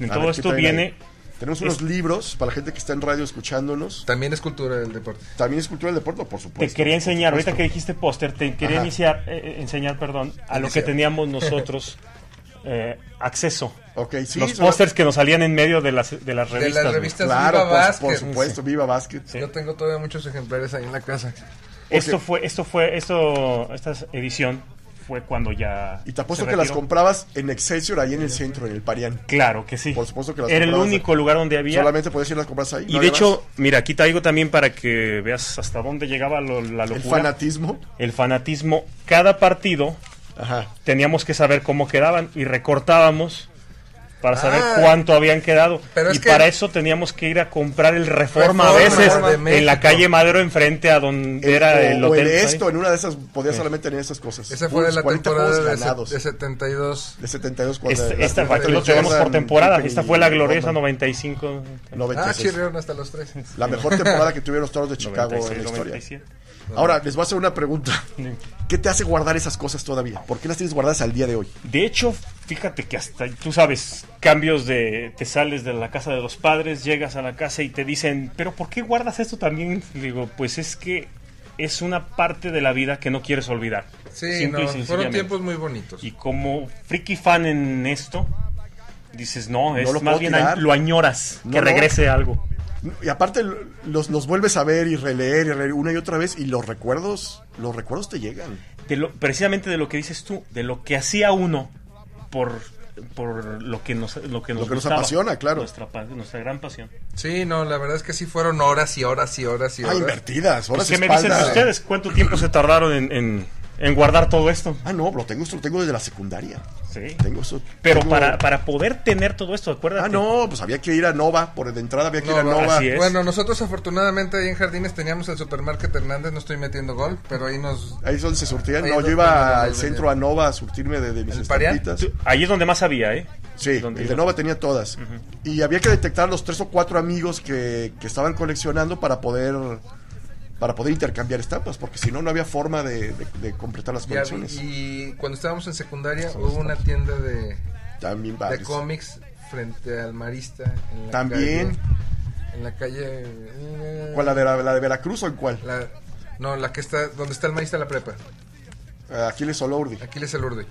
Speaker 4: en
Speaker 2: A
Speaker 4: todo
Speaker 2: ver, ¿qué
Speaker 4: esto
Speaker 2: traen
Speaker 4: viene
Speaker 2: ahí? Tenemos unos
Speaker 4: es-
Speaker 2: libros para la gente que está en radio escuchándonos.
Speaker 3: También es cultura del deporte.
Speaker 2: También es cultura del deporte, por supuesto.
Speaker 4: Te quería
Speaker 2: por
Speaker 4: enseñar, ahorita
Speaker 2: supuesto.
Speaker 4: que dijiste póster, te quería
Speaker 2: Ajá.
Speaker 4: iniciar, eh, eh, enseñar, perdón, a lo que
Speaker 3: Iniciar.
Speaker 4: teníamos nosotros eh, acceso.
Speaker 2: Ok, sí,
Speaker 4: Los
Speaker 2: son-
Speaker 4: pósters que nos salían en medio de las, de las revistas. güey.
Speaker 3: revistas.
Speaker 2: Claro,
Speaker 3: Viva
Speaker 2: por- por,
Speaker 3: Vázquez.
Speaker 2: supuesto, Viva Vázquez.
Speaker 3: Yo tengo todavía muchos ejemplares ahí en la casa.
Speaker 4: Esto fue, esto fue, esto, esta edición fue cuando ya.
Speaker 2: Y te apuesto
Speaker 4: se
Speaker 2: que las
Speaker 4: retiró.
Speaker 2: comprabas en Excelsior, ahí en el centro, en el Parián.
Speaker 4: Claro que sí.
Speaker 2: Por supuesto que las
Speaker 4: Era el
Speaker 2: comprabas.
Speaker 4: único lugar donde había.
Speaker 2: Solamente podías ir a las compras ahí.
Speaker 4: y
Speaker 2: no
Speaker 4: de
Speaker 2: había
Speaker 4: hecho, mira, aquí traigo también para que veas hasta dónde llegaba lo- la
Speaker 2: más. el
Speaker 4: locura.
Speaker 2: fanatismo.
Speaker 4: el fanatismo. Cada partido
Speaker 2: Ajá.
Speaker 4: teníamos que saber cómo quedaban y recortábamos para saber
Speaker 3: Ah.
Speaker 4: cuánto habían quedado.
Speaker 3: Pero
Speaker 4: y
Speaker 3: es que-
Speaker 4: para eso teníamos que ir a comprar el Reforma, a
Speaker 3: Reforma
Speaker 4: veces
Speaker 3: de
Speaker 4: en la
Speaker 3: México.
Speaker 4: calle Madero enfrente a donde
Speaker 2: o,
Speaker 4: era el
Speaker 2: o
Speaker 4: hotel.
Speaker 2: en
Speaker 4: ¿sabes?
Speaker 2: esto, en una de esas, podías solamente tener esas cosas.
Speaker 3: Esa fue de la
Speaker 2: 40
Speaker 3: temporada
Speaker 2: pues, juegos
Speaker 3: de, se-
Speaker 2: ganados.
Speaker 3: de 72.
Speaker 2: De 72 cuando
Speaker 4: Esta,
Speaker 2: la-
Speaker 4: Este, esta-
Speaker 2: la-
Speaker 4: aquí
Speaker 2: la-
Speaker 4: lo tenemos por
Speaker 2: Jordan,
Speaker 4: temporada.
Speaker 2: Pippen
Speaker 4: Esta
Speaker 2: y
Speaker 4: fue la gloriosa
Speaker 2: Rodman.
Speaker 4: 95.
Speaker 2: 96.
Speaker 3: Ah, chirrieron hasta los tres.
Speaker 2: La mejor temporada que tuvieron los Toros de Chicago
Speaker 4: 96,
Speaker 2: en la historia.
Speaker 4: 97.
Speaker 2: Ahora, les voy a hacer una pregunta. ¿Qué te hace guardar esas cosas todavía? ¿Por qué las tienes guardadas al día de hoy?
Speaker 4: De hecho, fíjate que hasta, tú sabes, cambios de, te sales de la casa de los padres, llegas a la casa y te dicen, pero ¿por qué guardas esto también? Digo, pues es que es una parte de la vida que no quieres olvidar.
Speaker 3: Sí,
Speaker 4: Simple y
Speaker 3: no, fueron
Speaker 4: sencillamente.
Speaker 3: tiempos muy bonitos.
Speaker 4: Y como friki fan en esto, dices, no, es
Speaker 2: lo puedo
Speaker 4: más bien
Speaker 2: tirar.
Speaker 4: lo añoras,
Speaker 2: No,
Speaker 4: que
Speaker 2: no.
Speaker 4: regrese algo.
Speaker 2: Y aparte lo- los, los vuelves a ver y releer y releer una y otra vez y los recuerdos, los recuerdos te llegan.
Speaker 4: de lo- precisamente de lo que dices tú, de lo que hacía uno por, por lo que nos lo que nos,
Speaker 2: Lo que nos
Speaker 4: gustaba.
Speaker 2: apasiona, claro.
Speaker 4: Nuestra, pa- nuestra gran pasión.
Speaker 3: Sí, no, la verdad es que sí fueron horas y horas y horas y
Speaker 2: Ah,
Speaker 3: horas.
Speaker 2: invertidas, horas
Speaker 4: Pues, ¿Qué me dicen
Speaker 2: espaldas.
Speaker 4: ustedes? ¿Cuánto tiempo se tardaron en, en- en guardar todo esto?
Speaker 2: Ah, no, lo tengo, esto lo tengo desde la secundaria.
Speaker 4: Sí.
Speaker 2: Tengo eso.
Speaker 4: Pero
Speaker 2: tengo-
Speaker 4: para, para poder tener todo esto, acuérdate.
Speaker 2: Ah, no, pues había que ir a Nova, por de entrada había que ir a
Speaker 3: Nova.
Speaker 2: Nova.
Speaker 4: Así es.
Speaker 3: Bueno, nosotros afortunadamente ahí en Jardines teníamos el supermarket Hernández, no estoy metiendo gol, pero ahí nos...
Speaker 2: Ahí es donde se surtían.
Speaker 3: Ahí
Speaker 2: No,
Speaker 3: es
Speaker 2: yo
Speaker 3: donde
Speaker 2: iba
Speaker 3: nos
Speaker 2: al
Speaker 3: vendían.
Speaker 2: centro a Nova a surtirme de, de mis
Speaker 3: ¿El Parián?
Speaker 2: estampitas.
Speaker 4: Tú- Ahí es donde más había, ¿eh?
Speaker 2: Sí,
Speaker 4: donde
Speaker 2: el de
Speaker 4: iba.
Speaker 2: Nova tenía todas. Y había que detectar los tres o cuatro amigos que, que estaban coleccionando para poder para poder intercambiar estampas, porque si no, no había forma de, de- de completar las
Speaker 3: Ya vi,
Speaker 2: colecciones.
Speaker 3: y cuando estábamos en secundaria hubo una tienda de,
Speaker 2: También
Speaker 3: de
Speaker 2: varios.
Speaker 3: cómics frente al Marista. En la
Speaker 2: También.
Speaker 3: Calle, en la calle... eh,
Speaker 2: ¿Cuál, la de, la, la de Veracruz o en cuál?
Speaker 3: la- no, la que está... Donde está el Marista la prepa.
Speaker 2: Ah, Aquiles Olourdi.
Speaker 3: Aquí les el Urde.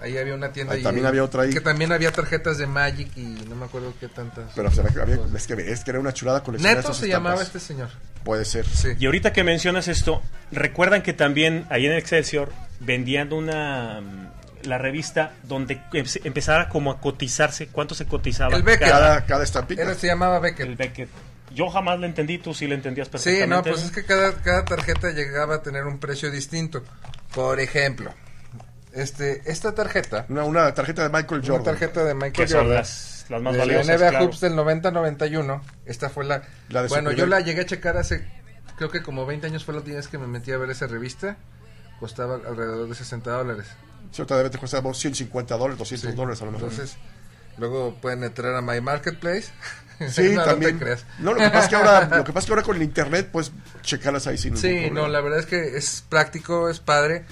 Speaker 3: Ahí había una tienda.
Speaker 2: Ahí
Speaker 3: y-
Speaker 2: también había otra ahí.
Speaker 3: Que también había tarjetas de Magic y no me acuerdo qué tantas.
Speaker 2: Pero será que había- es, que, es que era una chulada coleccionar
Speaker 3: Neto
Speaker 2: esas
Speaker 3: se
Speaker 2: estampas.
Speaker 3: llamaba este señor.
Speaker 2: Puede ser.
Speaker 3: Sí.
Speaker 4: Y ahorita que mencionas esto, recuerdan que también ahí en Excelsior vendían una mm, la revista donde empe- empezara como a cotizarse cuánto se cotizaba
Speaker 3: El Becker.
Speaker 4: cada-
Speaker 2: Cada, cada estampita.
Speaker 3: Él se llamaba
Speaker 4: el
Speaker 3: Beckett.
Speaker 4: Beckett. Yo jamás la entendí, tú sí la entendías perfectamente.
Speaker 3: Sí, no, pues es que cada, cada tarjeta llegaba a tener un precio distinto. Por ejemplo, este, esta tarjeta,
Speaker 2: Una, una tarjeta de Michael
Speaker 3: una
Speaker 2: Jordan.
Speaker 3: tarjeta de
Speaker 4: que
Speaker 3: Michael
Speaker 4: son
Speaker 3: Jordan, eh,
Speaker 4: las, las más
Speaker 3: de la
Speaker 4: valiosas.
Speaker 3: NBA
Speaker 4: claro.
Speaker 3: Hoops del 90-91, esta fue la...
Speaker 2: La de su
Speaker 3: bueno, yo
Speaker 2: primer-
Speaker 3: la llegué a checar hace, creo que como 20 años fue la última vez que me metí a ver esa revista, costaba alrededor de 60 dólares.
Speaker 2: Sí, otra vez te costaba 150 dólares, 200
Speaker 3: Sí.
Speaker 2: dólares a lo mejor.
Speaker 3: Entonces, luego pueden entrar a My Marketplace.
Speaker 2: Sí,
Speaker 3: No, no te
Speaker 2: también.
Speaker 3: creas.
Speaker 2: No, lo que pasa es que ahora, lo que pasa es que ahora con el internet, pues checarlas ahí sin ningún
Speaker 3: Sí,
Speaker 2: problema.
Speaker 3: no, la verdad es que es práctico, es padre.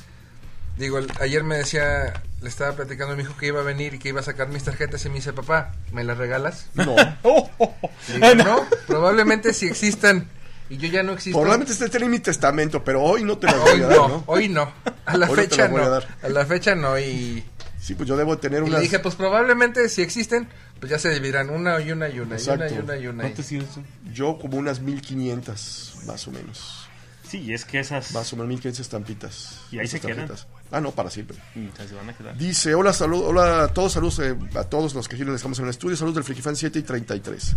Speaker 3: Digo, el- ayer me decía, le estaba platicando a mi hijo que iba a venir y que iba a sacar mis tarjetas y me dice, papá, ¿me las regalas?
Speaker 2: No.
Speaker 4: Oh, oh, oh.
Speaker 3: Le digo,
Speaker 4: Ah, no.
Speaker 3: no, probablemente si existan y yo ya no existo.
Speaker 2: Probablemente esté en mi testamento, pero hoy no te las voy
Speaker 3: Hoy
Speaker 2: a dar,
Speaker 3: no,
Speaker 2: ¿no?
Speaker 3: hoy no, a la
Speaker 2: Hoy no te
Speaker 3: fecha
Speaker 2: las voy a
Speaker 3: no,
Speaker 2: dar.
Speaker 3: a la fecha no y,
Speaker 2: Sí, pues yo debo tener
Speaker 3: y
Speaker 2: unas.
Speaker 3: le dije, pues probablemente si existen, pues ya se dividirán una y una y una y una y
Speaker 2: Exacto.
Speaker 3: una y una. y-
Speaker 4: ¿Cuánto ha sido eso?
Speaker 2: Yo como unas 1500, más o menos.
Speaker 4: Sí, es que esas
Speaker 2: Más o menos 1500 estampitas.
Speaker 4: Y ahí se
Speaker 2: Esas
Speaker 4: quedan.
Speaker 2: tarjetas. Ah, no, para siempre.
Speaker 4: Mm, se van a quedar.
Speaker 2: Dice, hola, salud, hola a todos, saludos eh, a todos los que aquí les estamos en el estudio, saludos del Frikifan 7 y 33.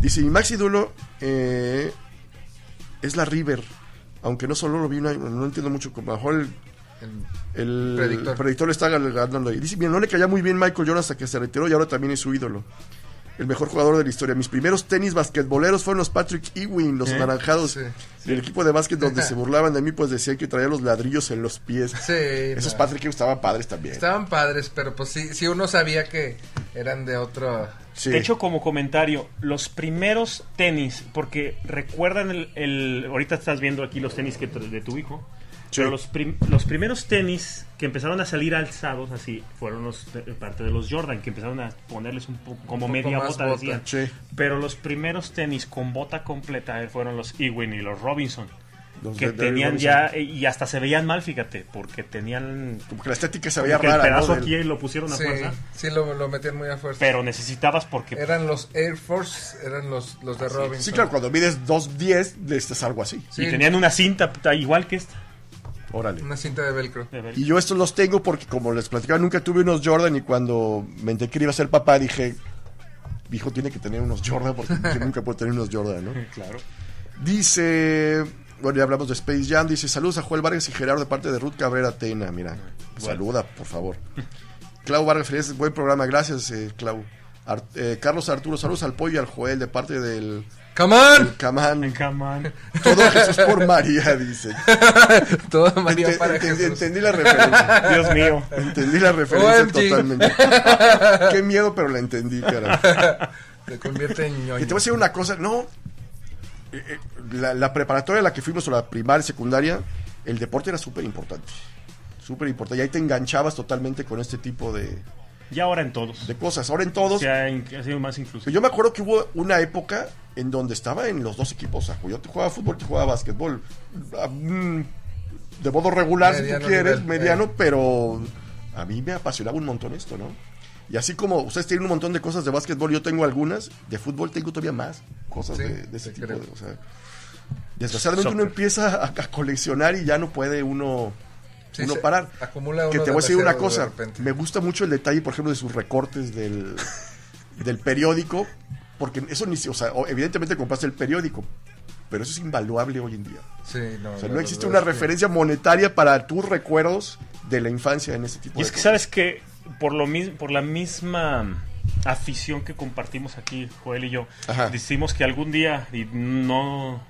Speaker 2: Dice, mi Maxi Dulo eh, es la River, aunque no solo lo vi, una- no entiendo mucho, como a lo mejor el,
Speaker 3: el-
Speaker 2: el
Speaker 3: Predictor.
Speaker 2: predictor. le está ganando ahí. Dice, mira, no le caía muy bien Michael Jordan hasta que se retiró y ahora también es su ídolo. El mejor jugador de la historia. Mis primeros tenis basquetboleros fueron los Patrick Ewing, los anaranjados
Speaker 3: ¿Eh? Sí,
Speaker 2: del equipo de básquet donde se burlaban de mí, pues decían que traía los ladrillos en los pies.
Speaker 3: Sí,
Speaker 2: Esos
Speaker 3: no.
Speaker 2: Patrick Ewing estaban padres también.
Speaker 3: Estaban padres, pero pues sí, sí uno sabía que eran de otro...
Speaker 2: Sí.
Speaker 4: De hecho, como comentario, los primeros tenis, porque recuerdan el, el- ahorita estás viendo aquí los tenis que tra- de tu hijo,
Speaker 2: Sí.
Speaker 4: pero los, prim- los primeros tenis que empezaron a salir alzados así fueron los de- parte de los Jordan, que empezaron a ponerles un poco como
Speaker 3: poco
Speaker 4: media
Speaker 3: más
Speaker 4: bota,
Speaker 3: bota.
Speaker 4: decían.
Speaker 2: Sí.
Speaker 4: Pero los primeros tenis con bota completa eh, fueron los Ewing y los Robinson,
Speaker 2: Los
Speaker 4: que
Speaker 2: de Daryl
Speaker 4: tenían
Speaker 2: Robinson.
Speaker 4: ya eh, y hasta se veían mal, fíjate, porque tenían
Speaker 2: Como que la estética se
Speaker 4: como
Speaker 2: veía
Speaker 4: que el
Speaker 2: rara.
Speaker 4: pedazo
Speaker 2: ¿no? Del-
Speaker 4: aquí y lo pusieron a
Speaker 3: Sí,
Speaker 4: fuerza,
Speaker 3: sí lo, lo metían muy a fuerza.
Speaker 4: pero necesitabas porque
Speaker 3: Eran los Air Force, eran los, los de Robinson.
Speaker 2: Sí, claro, cuando mides 2.10, de este es algo así.
Speaker 3: Sí,
Speaker 4: y tenían una cinta ta- igual que esta.
Speaker 2: Órale.
Speaker 3: una cinta de velcro.
Speaker 4: De ver-
Speaker 2: Y yo estos los tengo porque, como les platicaba, nunca tuve unos Jordan y cuando me enteré que iba a ser papá dije, mi hijo tiene que tener unos Jordan porque yo nunca puedo tener unos Jordan, ¿no?
Speaker 4: Claro.
Speaker 2: Dice, bueno, ya hablamos de Space Jam, dice, saludos a Joel Vargas y Gerardo de parte de Ruth Cabrera Tena, mira, saluda, por favor. Clau Vargas, feliz, buen programa, gracias, eh, Clau. Ar- eh, Carlos Arturo, saludos al Pollo y al Joel de parte del
Speaker 3: ¡Come on!
Speaker 2: Camán.
Speaker 4: Come on.
Speaker 2: Todo Jesús por María, dice.
Speaker 3: Toda María
Speaker 2: Ente-
Speaker 3: para
Speaker 2: entendí,
Speaker 3: Jesús.
Speaker 2: entendí la referencia.
Speaker 4: Dios mío.
Speaker 2: Entendí la referencia
Speaker 3: OMG.
Speaker 2: totalmente. Qué miedo, pero la entendí, cara.
Speaker 3: Se convierte en
Speaker 2: Y
Speaker 3: ñoño.
Speaker 2: te voy a decir una cosa, no. Eh, eh, La, la preparatoria a la que fuimos, o la primaria, secundaria, el deporte era súper importante. Súper importante. Y ahí te enganchabas totalmente con este tipo de,
Speaker 4: Y ahora en todos.
Speaker 2: de cosas. Ahora en todos.
Speaker 4: Se ha, in- ha sido más inclusivo.
Speaker 2: Yo me acuerdo que hubo una época en donde estaba en los dos equipos. O sea, yo te jugaba fútbol, te jugaba básquetbol. Ah, mm, De modo regular, si
Speaker 3: Mediano
Speaker 2: tú quieres,
Speaker 3: nivel,
Speaker 2: mediano,
Speaker 3: eh.
Speaker 2: pero a mí me apasionaba un montón esto, ¿no? Y así como ustedes tienen un montón de cosas de básquetbol, yo tengo algunas, de fútbol tengo todavía más cosas
Speaker 3: Sí,
Speaker 2: de, de ese
Speaker 3: te
Speaker 2: tipo.
Speaker 3: creo.
Speaker 2: de- o sea, desgraciadamente
Speaker 4: Soccer.
Speaker 2: uno empieza a, a coleccionar y ya no puede uno,
Speaker 3: Sí,
Speaker 2: uno
Speaker 3: se
Speaker 2: parar.
Speaker 3: acumula
Speaker 2: que
Speaker 3: uno
Speaker 2: te voy a decir una
Speaker 3: demasiado de
Speaker 2: cosa,
Speaker 3: repente.
Speaker 2: me gusta mucho el detalle, por ejemplo, de sus recortes del, del periódico, porque eso ni si- o sea, o- evidentemente compraste el periódico, pero eso es invaluable hoy en día.
Speaker 3: Sí, no,
Speaker 2: O sea,
Speaker 3: la
Speaker 2: no existe
Speaker 3: verdad
Speaker 2: una
Speaker 3: es que-
Speaker 2: referencia monetaria para tus recuerdos de la infancia en ese tipo
Speaker 4: Y
Speaker 2: de
Speaker 4: es que
Speaker 2: cosas.
Speaker 4: sabes que por lo mis- por la misma afición que compartimos aquí, Joel y yo,
Speaker 2: Ajá.
Speaker 4: decimos que algún día y no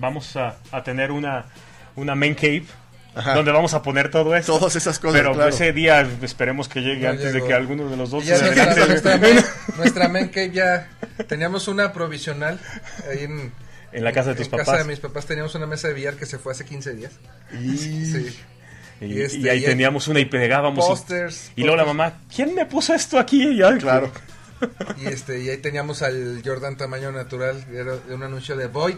Speaker 4: vamos a, a tener una, una main cave
Speaker 2: Ajá.
Speaker 4: donde vamos a poner todo esto.
Speaker 2: Todas esas cosas,
Speaker 4: Pero pues, eh,
Speaker 2: claro.
Speaker 4: ese día esperemos que llegue
Speaker 3: No
Speaker 4: antes
Speaker 3: llegó.
Speaker 4: de que alguno de los dos
Speaker 3: Y ya
Speaker 4: se
Speaker 3: nuestra,
Speaker 4: adelante.
Speaker 3: nuestra, main, nuestra main cave ya teníamos una provisional ahí en,
Speaker 4: En la casa de tus
Speaker 3: en
Speaker 4: papás.
Speaker 3: casa de mis papás teníamos una mesa de billar que se fue hace 15 días.
Speaker 2: Y-
Speaker 3: Sí.
Speaker 4: Y,
Speaker 3: Y este,
Speaker 4: y ahí
Speaker 3: y-
Speaker 4: teníamos una y pegábamos. y-
Speaker 3: Pósters,
Speaker 4: Y, luego la
Speaker 3: pósters.
Speaker 4: mamá, ¿quién me puso esto aquí? Y ya-
Speaker 2: Claro.
Speaker 3: Y este y ahí teníamos al Jordan tamaño natural, era de un anuncio de Void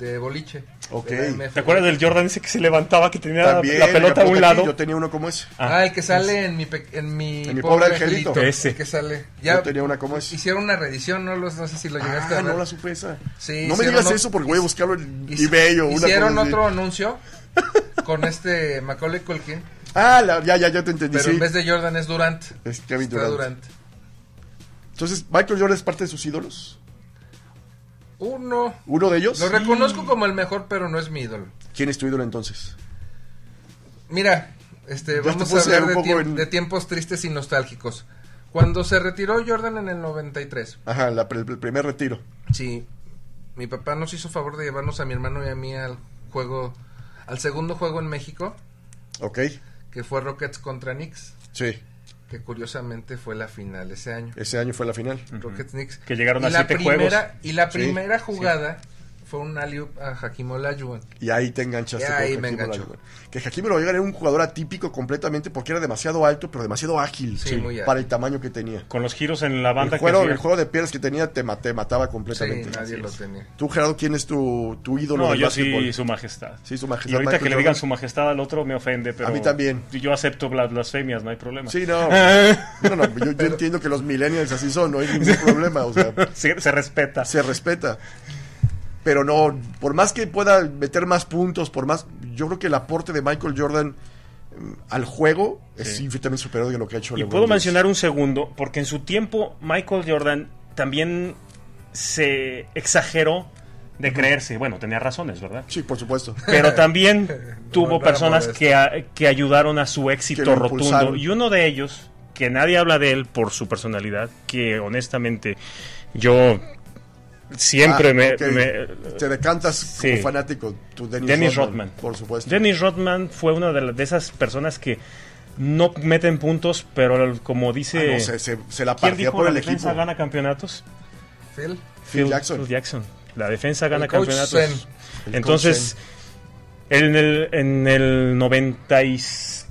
Speaker 3: de boliche.
Speaker 2: Ok.
Speaker 3: de la MF.
Speaker 4: ¿Te acuerdas del Jordan ese que se levantaba, que tenía la-
Speaker 2: También,
Speaker 4: la pelota a un
Speaker 2: aquí,
Speaker 4: lado?
Speaker 2: Yo tenía uno como ese.
Speaker 3: Ah, el que sale en mi, pe- en mi,
Speaker 2: En mi pobre angelito.
Speaker 4: Ese.
Speaker 3: El que sale.
Speaker 2: Yo tenía una como ese.
Speaker 3: Hicieron una reedición, no, los, no sé si lo llegaste
Speaker 2: Ah,
Speaker 3: a ver.
Speaker 2: no la supe esa.
Speaker 3: Sí,
Speaker 2: no me
Speaker 3: hicieron
Speaker 2: digas
Speaker 3: otro-
Speaker 2: eso porque voy a buscarlo en
Speaker 3: Hici-
Speaker 2: eBay o una
Speaker 3: Hicieron
Speaker 2: cosa así.
Speaker 3: otro anuncio con este Macaulay Culkin,
Speaker 2: Ah, la- ya, ya, ya te entendí.
Speaker 3: pero
Speaker 2: sí.
Speaker 3: en vez de Jordan es Durant.
Speaker 2: Es Kevin
Speaker 3: Está
Speaker 2: Durant.
Speaker 3: Durant.
Speaker 2: Entonces, Michael Jordan es parte de sus ídolos.
Speaker 3: Uno.
Speaker 2: ¿Uno de ellos?
Speaker 3: Lo reconozco como el mejor, pero no es mi ídolo.
Speaker 2: ¿Quién es tu ídolo entonces?
Speaker 3: Mira, este,
Speaker 2: Ya te
Speaker 3: vamos a
Speaker 2: puse
Speaker 3: hablar
Speaker 2: un
Speaker 3: de,
Speaker 2: poco
Speaker 3: tiemp-
Speaker 2: en-
Speaker 3: de tiempos tristes y nostálgicos. Cuando se retiró Jordan en el 93,
Speaker 2: Ajá, la, pr- el primer retiro.
Speaker 3: sí, mi papá nos hizo favor de llevarnos a mi hermano y a mí al juego, al segundo juego en México,
Speaker 2: Ok,
Speaker 3: que fue Rockets contra Knicks,
Speaker 2: sí.
Speaker 3: que curiosamente fue la final ese año.
Speaker 2: Ese año fue la final.
Speaker 3: Rockets Knicks.
Speaker 4: Que llegaron
Speaker 3: Y
Speaker 4: a
Speaker 3: la
Speaker 4: siete
Speaker 3: primera,
Speaker 4: juegos.
Speaker 3: Y la
Speaker 2: Sí,
Speaker 3: primera jugada fue un alley-oop a Hakim Olajuwon.
Speaker 2: Y ahí te enganchaste.
Speaker 3: Y
Speaker 2: con
Speaker 3: ahí
Speaker 2: Hakeem
Speaker 3: me enganchó.
Speaker 2: Olajuwon. Que Hakim Olajuwon era un jugador atípico completamente porque era demasiado alto, pero demasiado ágil.
Speaker 3: Sí, muy ágil.
Speaker 2: Para el tamaño que tenía.
Speaker 4: Con los giros en la banda
Speaker 2: El juego,
Speaker 4: que hacía.
Speaker 2: el juego de piedras que tenía te, ma- te mataba
Speaker 3: Sí,
Speaker 2: completamente.
Speaker 3: nadie lo
Speaker 4: es.
Speaker 3: tenía.
Speaker 2: Tú, Gerardo, ¿quién es tu, tu ídolo
Speaker 4: No,
Speaker 2: del
Speaker 4: yo
Speaker 2: básquetbol?
Speaker 4: sí, su majestad.
Speaker 2: Sí, Su Majestad
Speaker 4: Y ahorita
Speaker 2: Michael
Speaker 4: que le
Speaker 2: Jordan.
Speaker 4: digan su majestad al otro me ofende, pero.
Speaker 2: A mí también.
Speaker 4: Yo acepto bla- blasfemias, no hay problema.
Speaker 2: Sí, no. No, no, yo, yo entiendo que los millennials así son, no hay ningún problema, o sea,
Speaker 4: Se, se respeta.
Speaker 2: se respeta. Pero no, por más que pueda meter más puntos, por más, yo creo que el aporte de Michael Jordan mm, al juego es
Speaker 4: Sí.
Speaker 2: infinitamente superior de lo que ha hecho
Speaker 4: Y
Speaker 2: LeBron
Speaker 4: puedo
Speaker 2: James.
Speaker 4: mencionar un segundo, porque en su tiempo Michael Jordan también se exageró de creerse. Bueno, tenía razones, ¿verdad?
Speaker 2: Sí, por supuesto.
Speaker 4: Pero también
Speaker 3: No, no
Speaker 4: tuvo
Speaker 3: era
Speaker 4: personas
Speaker 3: modesto.
Speaker 4: que, a- que ayudaron a su
Speaker 2: Que lo
Speaker 4: éxito rotundo.
Speaker 2: impulsaron.
Speaker 4: Y uno de ellos, que nadie habla de él por su personalidad, que honestamente yo siempre
Speaker 2: Ah,
Speaker 4: me-
Speaker 2: ok.
Speaker 4: me,
Speaker 2: Te decantas
Speaker 4: Sí.
Speaker 2: como fanático, tu Dennis,
Speaker 4: Dennis
Speaker 2: Rodman,
Speaker 4: Rodman.
Speaker 2: Por supuesto.
Speaker 4: Dennis Rodman fue una de, la- de esas personas que no meten puntos, pero como
Speaker 2: Ah,
Speaker 4: dice.
Speaker 2: no, se, se- se la
Speaker 4: ¿Quién
Speaker 2: partía
Speaker 4: dijo
Speaker 2: por
Speaker 4: la
Speaker 2: el
Speaker 4: defensa
Speaker 2: equipo.
Speaker 4: gana campeonatos?
Speaker 3: Phil,
Speaker 2: Phil Jackson.
Speaker 4: La defensa gana
Speaker 3: coach
Speaker 4: campeonatos.
Speaker 3: Zen.
Speaker 2: El
Speaker 4: Entonces, en el, en el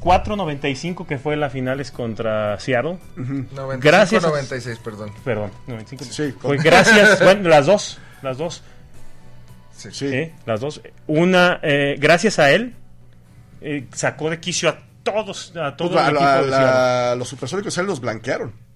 Speaker 4: 94-95, que fue la finales contra Seattle, Mm. Gracias.
Speaker 3: 95, 96, perdón.
Speaker 4: perdón, 95.
Speaker 2: Sí,
Speaker 4: Fue
Speaker 2: con-
Speaker 4: gracias, bueno, las dos, las dos.
Speaker 3: Sí.
Speaker 2: Sí.
Speaker 4: ¿eh? Las dos. Una, eh, gracias a él, eh, sacó de quicio a todos, a todo
Speaker 2: Pues, a
Speaker 4: el
Speaker 2: la-
Speaker 4: equipo de
Speaker 2: la-
Speaker 4: Seattle.
Speaker 2: los supersónicos él los blanquearon.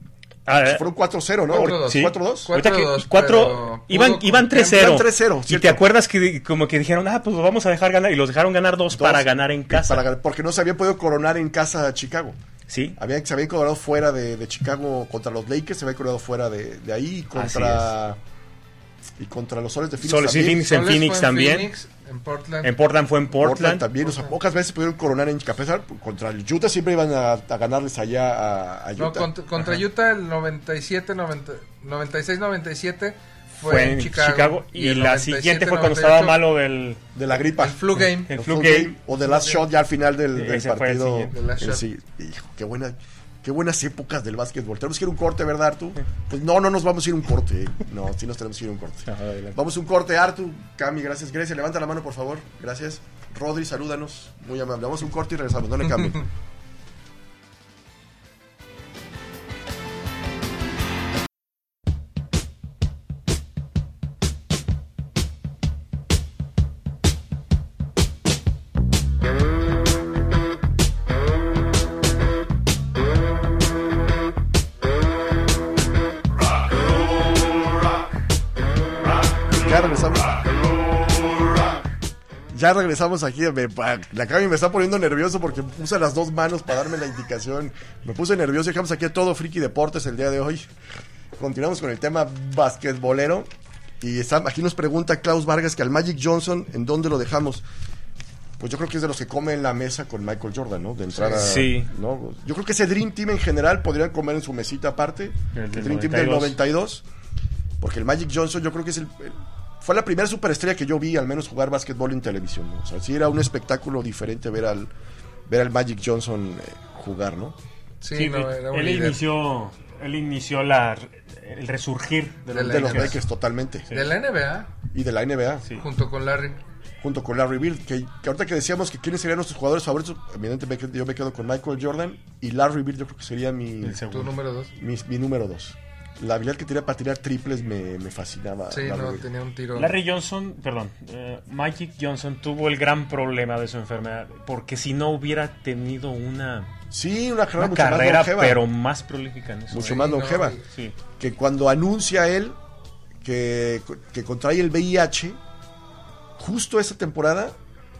Speaker 4: Ah, eh,
Speaker 2: Fueron 4-0, ¿no?
Speaker 3: 4-2.
Speaker 4: Sí.
Speaker 2: 4-2.
Speaker 4: ahorita que
Speaker 3: 4-2,
Speaker 4: cuatro-
Speaker 3: pero
Speaker 4: iban,
Speaker 3: pudo
Speaker 4: iban
Speaker 3: con-
Speaker 4: 3-0.
Speaker 2: iban 3-0,
Speaker 4: Y
Speaker 2: cierto.
Speaker 4: te acuerdas que di- como que dijeron, ah, pues lo vamos a dejar ganar. Y los dejaron ganar dos,
Speaker 2: Dos,
Speaker 4: para ganar en casa.
Speaker 2: para ganar, porque no se había podido coronar en casa a Chicago.
Speaker 4: Sí.
Speaker 2: Habían, se habían coronado fuera de, de Chicago contra los Lakers, se habían coronado fuera de, de ahí y contra, y contra los Soles de Phoenix.
Speaker 4: Soles y
Speaker 2: también.
Speaker 4: Phoenix. en
Speaker 3: Soles
Speaker 4: Phoenix
Speaker 3: fue en
Speaker 4: también.
Speaker 3: Phoenix, en Portland.
Speaker 4: En Portland fue en
Speaker 2: Portland
Speaker 4: Portland.
Speaker 2: también, o sea, pocas veces pudieron coronar en a pesar contra el Utah siempre iban a, a ganarles allá a, a Utah.
Speaker 3: No, contra, contra Utah el 97, 90 96, 97 fue,
Speaker 4: fue
Speaker 3: en Chicago.
Speaker 4: Y,
Speaker 3: el
Speaker 4: la
Speaker 3: 97,
Speaker 4: siguiente fue cuando
Speaker 3: 98,
Speaker 4: estaba malo del.
Speaker 2: de la gripa.
Speaker 3: El flu game.
Speaker 4: El
Speaker 2: El flu
Speaker 4: flu game.
Speaker 2: game, O The Last Shot ya al final del, del
Speaker 4: Ese fue el
Speaker 2: partido.
Speaker 4: siguiente.
Speaker 3: The Last
Speaker 2: El
Speaker 3: Shot.
Speaker 2: sí- hijo, qué, buena, qué buenas épocas del básquetbol. Tenemos que ir a un corte, ¿verdad, Artu? Pues no, no nos vamos a ir a un corte. eh. No, sí nos tenemos que ir a un corte.
Speaker 4: Ajá, adelante.
Speaker 2: Vamos a un corte, Artu. Cami, gracias. Grecia, levanta la mano, por favor. Gracias. Rodri, salúdanos. Muy amable. Vamos a un corte y regresamos. No le cambien. Ya regresamos. Ya regresamos aquí. Me- pa- la Cami me está poniendo nervioso porque usa las dos manos para darme la indicación. Me puse nervioso. Dejamos aquí a todo Friki Deportes el día de hoy. Continuamos con el tema basquetbolero. Y está- aquí nos pregunta Klaus Vargas que al Magic Johnson, ¿en dónde lo dejamos? Pues yo creo que es de los que comen la mesa con Michael Jordan, ¿no? De entrada.
Speaker 4: Sí.
Speaker 2: ¿no? Yo creo que ese Dream Team en general podrían comer en su mesita aparte.
Speaker 4: El
Speaker 2: El
Speaker 4: del
Speaker 2: Dream Team del 92.
Speaker 4: 92.
Speaker 2: Porque el Magic Johnson yo creo que es el, el- Fue la primera superestrella que yo vi, al menos, jugar básquetbol en televisión. ¿no? O sea, sí era un espectáculo diferente ver al, ver al Magic Johnson eh, jugar, ¿no?
Speaker 3: Sí,
Speaker 4: Sí,
Speaker 3: no,
Speaker 4: él-
Speaker 3: era un
Speaker 4: él
Speaker 3: líder.
Speaker 4: inició, él inició la, el resurgir de los,
Speaker 3: De
Speaker 2: De los
Speaker 4: Lakers.
Speaker 2: Lakers, totalmente.
Speaker 4: Sí.
Speaker 3: De la NBA,
Speaker 2: Y de la NBA.
Speaker 4: Sí.
Speaker 3: junto con Larry.
Speaker 2: junto con Larry Bird, que, que ahorita que decíamos que quiénes serían nuestros jugadores favoritos, evidentemente yo me quedo con Michael Jordan y Larry Bird yo creo que sería mi,
Speaker 4: El
Speaker 3: Tu
Speaker 4: segundo.
Speaker 3: número dos.
Speaker 2: mi, mi número dos. La habilidad que tenía para tirar triples me, me fascinaba.
Speaker 3: Sí,
Speaker 2: Larry
Speaker 3: no,
Speaker 2: Bird.
Speaker 3: tenía un tiro.
Speaker 4: Larry Johnson, perdón, eh, Magic Johnson tuvo el gran problema de su enfermedad, porque si no hubiera tenido una,
Speaker 2: Sí, una carrera
Speaker 4: una
Speaker 2: mucho
Speaker 4: carrera,
Speaker 2: más longeva.
Speaker 4: pero más prolífica en eso.
Speaker 2: mucho
Speaker 4: ¿eh?
Speaker 2: más
Speaker 3: no,
Speaker 2: longeva.
Speaker 3: y-
Speaker 4: Sí.
Speaker 2: Que cuando anuncia él que, que contrae el VIH, justo esa temporada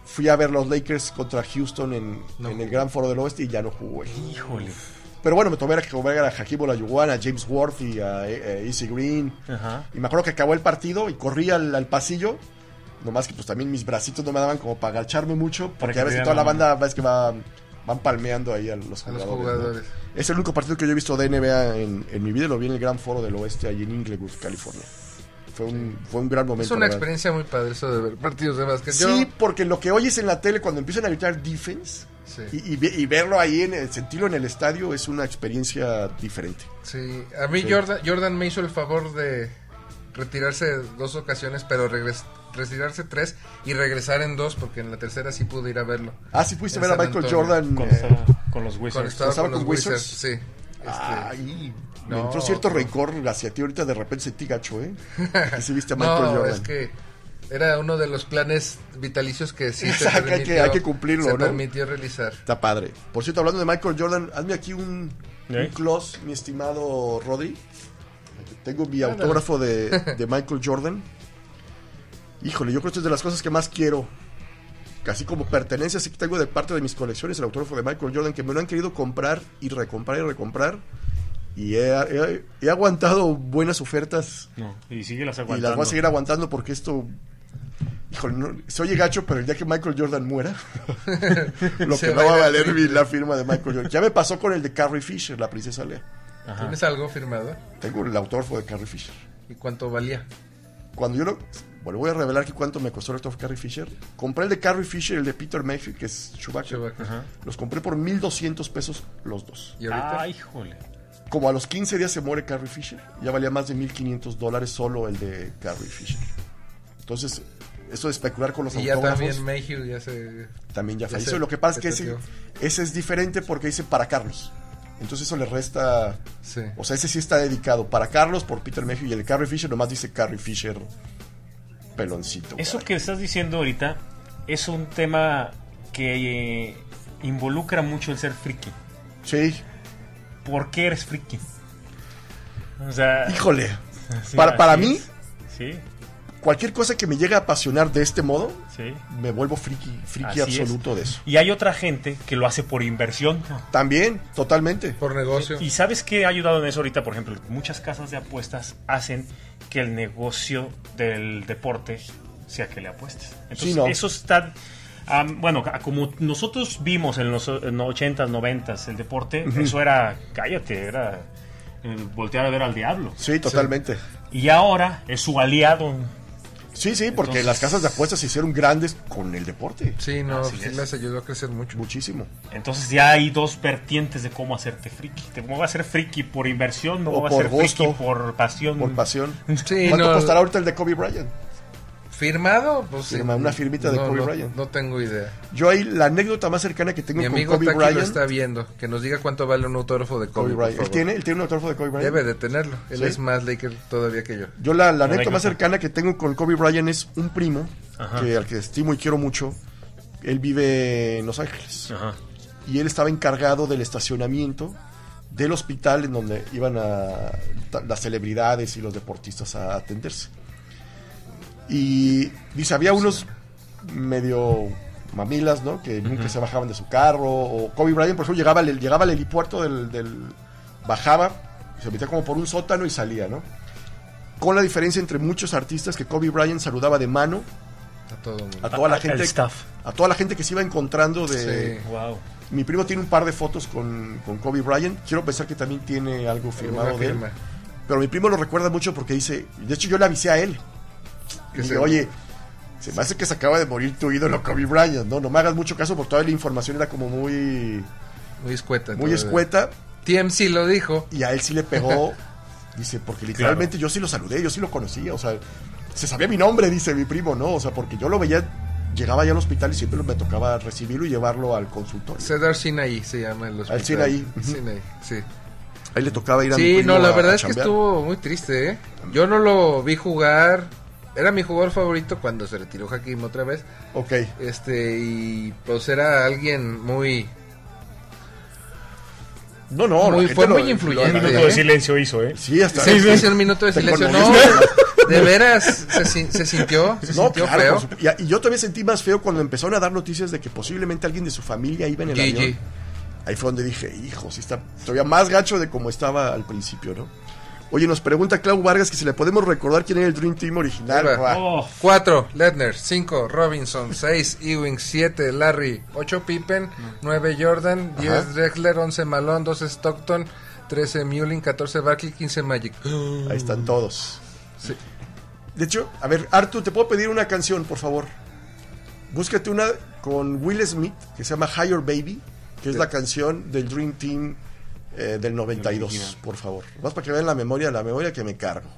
Speaker 2: fui a ver los Lakers contra Houston en,
Speaker 3: No
Speaker 2: en el Gran Foro del Oeste y ya no jugó. él.
Speaker 4: Híjole.
Speaker 2: Pero bueno, me tomé a que comer a Hakim Olajuwon, a James Worth y a eh, eh, Easy Green.
Speaker 4: Ajá.
Speaker 2: Y me acuerdo que acabó el partido y corrí al, al pasillo. Nomás que pues también mis bracitos no me daban como para agacharme mucho.
Speaker 4: Para
Speaker 2: Porque
Speaker 4: que
Speaker 2: a veces
Speaker 4: vean
Speaker 2: toda la
Speaker 4: la
Speaker 2: banda ves que va, van palmeando ahí a los
Speaker 3: A los
Speaker 2: jugadores.
Speaker 3: jugadores.
Speaker 2: ¿no? Es el único partido que yo he visto de NBA en, en mi vida. Lo vi en el Gran Foro del Oeste, ahí en Inglewood, California. Fue un, fue un gran momento.
Speaker 3: Es una
Speaker 2: la verdad.
Speaker 3: experiencia muy padre eso de ver partidos de básquet. Yo-
Speaker 2: Sí, porque lo que oyes en la tele cuando empiezan a gritar defense
Speaker 3: sí.
Speaker 2: y, y ve- y verlo ahí, en el, sentirlo en el estadio, es una experiencia diferente.
Speaker 3: Sí, a mí
Speaker 2: Sí.
Speaker 3: Jordan, Jordan me hizo el favor de retirarse dos ocasiones, pero regres- retirarse tres y regresar en dos, porque en la tercera sí pude ir a verlo.
Speaker 2: Ah, sí, fuiste a
Speaker 3: En
Speaker 2: ver a
Speaker 3: San
Speaker 2: Michael
Speaker 3: Antonio.
Speaker 2: Jordan.
Speaker 4: Cuando
Speaker 2: eh,
Speaker 4: estaba con los
Speaker 3: Cuando
Speaker 4: Wizards.
Speaker 3: estaba
Speaker 2: ¿Estaba
Speaker 3: con los
Speaker 2: con
Speaker 3: Wizards,
Speaker 2: Wizards?
Speaker 3: sí. Este,
Speaker 2: Ay, me
Speaker 3: No,
Speaker 2: entró cierto
Speaker 3: no.
Speaker 2: rencor hacia ti ahorita de repente sentí gacho, ¿eh? Que sí viste a Michael
Speaker 3: no,
Speaker 2: Jordan.
Speaker 3: es que era uno de los planes vitalicios que sí se
Speaker 2: Exacto, hay que-
Speaker 3: permitió-
Speaker 2: hay que cumplirlo,
Speaker 3: se
Speaker 2: ¿no?
Speaker 3: permitió realizar.
Speaker 2: Está padre. Por cierto, hablando de Michael Jordan, hazme aquí un, un
Speaker 4: ¿Eh?
Speaker 2: close, mi estimado Rodri. Tengo mi autógrafo de, de Michael Jordan. Híjole, yo creo que es de las cosas que más quiero. Así como pertenencia, así que tengo de parte de mis colecciones el autógrafo de Michael Jordan, que me lo han querido comprar y recomprar y recomprar. Y he, he- he aguantado buenas ofertas
Speaker 4: No, y sigue las
Speaker 2: Y
Speaker 4: aguantando.
Speaker 2: las voy a seguir aguantando porque esto. Híjole, no- se oye gacho, pero el día que Michael Jordan muera, lo
Speaker 3: Se
Speaker 2: que
Speaker 3: va
Speaker 2: no
Speaker 3: a
Speaker 2: va a
Speaker 3: ir al
Speaker 2: valer mi- la firma de Michael Jordan. Ya me pasó con el de Carrie Fisher, la princesa Lea.
Speaker 4: Ajá.
Speaker 3: ¿Tienes algo firmado?
Speaker 2: Tengo el autógrafo de Carrie Fisher.
Speaker 3: ¿Y cuánto valía?
Speaker 2: Cuando yo lo. Bueno, voy a revelar aquí cuánto me costó el autógrafo de Carrie Fisher. Compré el de Carrie Fisher y el de Peter Mayfield, que es Chewbacca.
Speaker 3: Chewbacca.
Speaker 4: Ajá.
Speaker 2: Los compré por 1200 pesos los dos.
Speaker 3: ¿Y ahorita?
Speaker 4: Ah, híjole.
Speaker 2: Como a los 15 días se muere Carrie Fisher, ya valía más de 1500 dólares solo el de Carrie Fisher. Entonces, eso de especular con los
Speaker 3: y ya
Speaker 2: autógrafos.
Speaker 3: también Mayhew ya se...
Speaker 2: también ya
Speaker 3: Ya
Speaker 2: falleció.
Speaker 3: sé,
Speaker 2: lo que pasa es que
Speaker 3: ya
Speaker 2: ese,
Speaker 3: perdió.
Speaker 2: ese es diferente porque dice para Carlos. Entonces eso le resta.
Speaker 3: Sí.
Speaker 2: O sea, ese sí está dedicado para Carlos por Peter Mejio y el de Carrie Fisher nomás dice Carrie Fisher peloncito.
Speaker 4: Eso
Speaker 2: caray.
Speaker 4: que estás diciendo ahorita es un tema que eh, involucra mucho el ser friki.
Speaker 2: Sí,
Speaker 4: ¿Por qué eres friki? O sea,
Speaker 2: híjole.
Speaker 4: sí,
Speaker 2: para- para
Speaker 4: así
Speaker 2: mí-
Speaker 4: es. Sí,
Speaker 2: Cualquier cosa que me llegue a apasionar de este modo,
Speaker 4: sí.
Speaker 2: me vuelvo friki, friki
Speaker 4: Así es.
Speaker 2: absoluto de eso.
Speaker 4: Y hay otra gente que lo hace por inversión.
Speaker 2: También, totalmente.
Speaker 3: Por negocio.
Speaker 4: Y sabes qué ha ayudado en eso ahorita, por ejemplo, muchas casas de apuestas hacen que el negocio del deporte sea que le apuestes. Entonces,
Speaker 2: Sí, no.
Speaker 4: eso está. am, bueno, a- como nosotros vimos en los eh, no, 80s, 90s, el deporte, eso era, cállate, era eh, voltear a ver al diablo.
Speaker 2: Sí, totalmente.
Speaker 4: Y ahora es su aliado.
Speaker 2: Sí, sí, porque
Speaker 4: Entonces-
Speaker 2: las casas de apuestas se hicieron grandes con el deporte.
Speaker 3: Sí, no,
Speaker 4: Así
Speaker 3: sí
Speaker 4: es.
Speaker 3: las ayudó a crecer mucho.
Speaker 2: Muchísimo.
Speaker 4: Entonces ya hay dos vertientes de cómo hacerte friki. Te voy a hacer friki por inversión, no
Speaker 2: O
Speaker 4: voy a
Speaker 2: por
Speaker 4: hacer friki
Speaker 2: gusto.
Speaker 4: por pasión.
Speaker 2: Por pasión.
Speaker 3: Sí,
Speaker 2: ¿Cuánto
Speaker 3: no,
Speaker 2: costará ahorita el de Kobe Bryant?
Speaker 3: ¿Firmado? Pues sí.
Speaker 2: Firma, una firmita de
Speaker 3: No,
Speaker 2: Kobe
Speaker 3: no,
Speaker 2: Bryant.
Speaker 3: No tengo idea.
Speaker 2: Yo ahí la anécdota más cercana que tengo
Speaker 3: Mi
Speaker 2: con
Speaker 3: amigo
Speaker 2: Kobe
Speaker 3: Taki
Speaker 2: Bryant.
Speaker 3: lo está viendo. Que nos diga cuánto vale un autógrafo de
Speaker 2: Kobe
Speaker 3: Kobe. por
Speaker 2: Bryant. Él
Speaker 3: favor.
Speaker 2: tiene, él tiene un autógrafo de Kobe Bryant.
Speaker 3: Debe de tenerlo. Él
Speaker 2: Sí.
Speaker 3: es más Laker todavía que yo.
Speaker 2: Yo la, la anécdota
Speaker 4: anécdota.
Speaker 2: más cercana que tengo con Kobe Bryant es un primo
Speaker 4: Ajá.
Speaker 2: que, al que estimo y quiero mucho. Él vive en Los Ángeles
Speaker 4: Ajá.
Speaker 2: y él estaba encargado del estacionamiento del hospital en donde iban a ta- las celebridades y los deportistas a atenderse. Y dice, había unos medio mamilas, ¿no? Que nunca se bajaban de su carro. O Kobe Bryant, por ejemplo, llegaba al, llegaba al helipuerto del, del- Bajaba, se metía como por un sótano y salía, ¿no? Con la diferencia entre muchos artistas que Kobe Bryant saludaba de mano
Speaker 3: A todo mundo.
Speaker 2: a toda la
Speaker 4: Al
Speaker 2: gente...
Speaker 4: staff.
Speaker 2: A toda la gente que se iba encontrando de,
Speaker 3: Sí.
Speaker 4: Wow.
Speaker 2: mi primo tiene un par de fotos con, con Kobe Bryant. Quiero pensar que también tiene algo
Speaker 3: Una
Speaker 2: firmado de él.
Speaker 3: firma.
Speaker 2: Pero mi primo lo recuerda mucho porque dice, de hecho yo le avisé a él. Y dice, oye, se me hace que se acaba de morir tu ídolo Kobe Bryant, ¿no? No me hagas mucho caso porque todavía la información era como muy,
Speaker 3: Muy escueta.
Speaker 2: muy
Speaker 3: todavía.
Speaker 2: escueta
Speaker 3: TMC lo dijo.
Speaker 2: y a él sí le pegó. Dice, porque literalmente yo sí lo saludé, yo sí lo conocía, o sea, se sabía mi nombre, dice mi primo, ¿no? O sea, porque yo lo veía, llegaba ya al hospital y siempre me tocaba recibirlo y llevarlo al consultorio.
Speaker 3: Cedar Sinaí se llama el hospital.
Speaker 2: Sinaí, ujú.
Speaker 3: Sinaí, sí.
Speaker 2: Ahí le tocaba ir a mi
Speaker 3: Sí,
Speaker 2: primo
Speaker 3: no, la
Speaker 2: a- a
Speaker 3: verdad es que
Speaker 2: chambear.
Speaker 3: estuvo muy triste, ¿eh? Yo no lo vi jugar. Era mi jugador favorito cuando se retiró Hakim otra vez.
Speaker 2: Ok,
Speaker 3: Este, y pues era alguien muy.
Speaker 2: no, no, la
Speaker 3: Muy-
Speaker 2: gente
Speaker 3: fue
Speaker 2: lo-
Speaker 3: muy
Speaker 2: lo
Speaker 4: Un
Speaker 3: influyente.
Speaker 2: agradece.
Speaker 4: minuto de silencio hizo, ¿eh?
Speaker 2: Sí, hasta
Speaker 3: Se
Speaker 2: hasta-
Speaker 3: hizo un minuto de
Speaker 2: Te
Speaker 3: silencio. No,
Speaker 2: conmoviste.
Speaker 3: de veras, se, sin- se sintió, se
Speaker 2: No,
Speaker 3: sintió
Speaker 2: claro, por
Speaker 3: feo.
Speaker 2: supu- y, a- y yo también sentí más feo cuando empezaron a dar noticias de que posiblemente alguien de su familia iba en el
Speaker 3: GG.
Speaker 2: avión. Ahí fue donde dije, hijo, sí está todavía más gacho de como estaba al principio, ¿no? Oye, nos pregunta Clau Vargas que si le podemos recordar quién era el Dream Team original.
Speaker 3: Ahí va.
Speaker 2: Buah.
Speaker 4: Oh,
Speaker 3: 4, Ledner, 5, Robinson, 6, Ewing, 7, Larry, 8, Pippen, 9, Jordan, 10, Drexler, 11, Malone, 12, Stockton, 13, Mullin, 14, Barkley, 15, Magic.
Speaker 2: Ahí están todos.
Speaker 3: Sí.
Speaker 2: Mm. De hecho, a ver, Arthur, ¿te puedo pedir una canción, por favor? Búscate una con Will Smith que se llama Higher Baby, que es la canción del Dream Team eh, del 92, por favor. Más para que vean la memoria, la memoria que me cargo.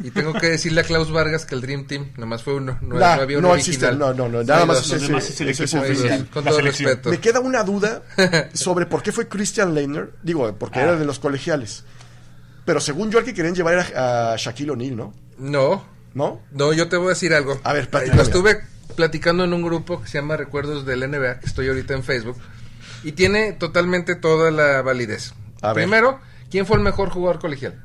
Speaker 3: Y tengo que decirle a Klaus Vargas que el Dream Team nomás fue uno, no,
Speaker 2: Nah,
Speaker 3: no había
Speaker 2: no
Speaker 3: uno
Speaker 2: existe,
Speaker 3: original.
Speaker 2: no, no, no, nada
Speaker 3: Hay
Speaker 2: más
Speaker 3: dos.
Speaker 2: es ese-
Speaker 4: demás es el
Speaker 2: ese
Speaker 4: equipo
Speaker 2: es
Speaker 3: Hay
Speaker 2: el
Speaker 3: dos,
Speaker 2: Dream Team.
Speaker 3: Con
Speaker 4: La
Speaker 3: todo
Speaker 4: selección.
Speaker 3: respeto.
Speaker 2: Me queda una duda sobre por qué fue Christian Leitner, digo, porque era de los colegiales. Pero según yo, al que querían llevar era a Shaquille O'Neal, ¿no?
Speaker 3: No,
Speaker 2: ¿No?
Speaker 3: no, yo te voy a decir algo.
Speaker 2: A ver,
Speaker 3: Eh,
Speaker 2: platícame.
Speaker 3: Lo estuve platicando en un grupo que se llama Recuerdos del NBA, que estoy ahorita en Facebook, y tiene totalmente toda la validez.
Speaker 2: A ver.
Speaker 3: Primero, ¿quién fue el mejor jugador colegial?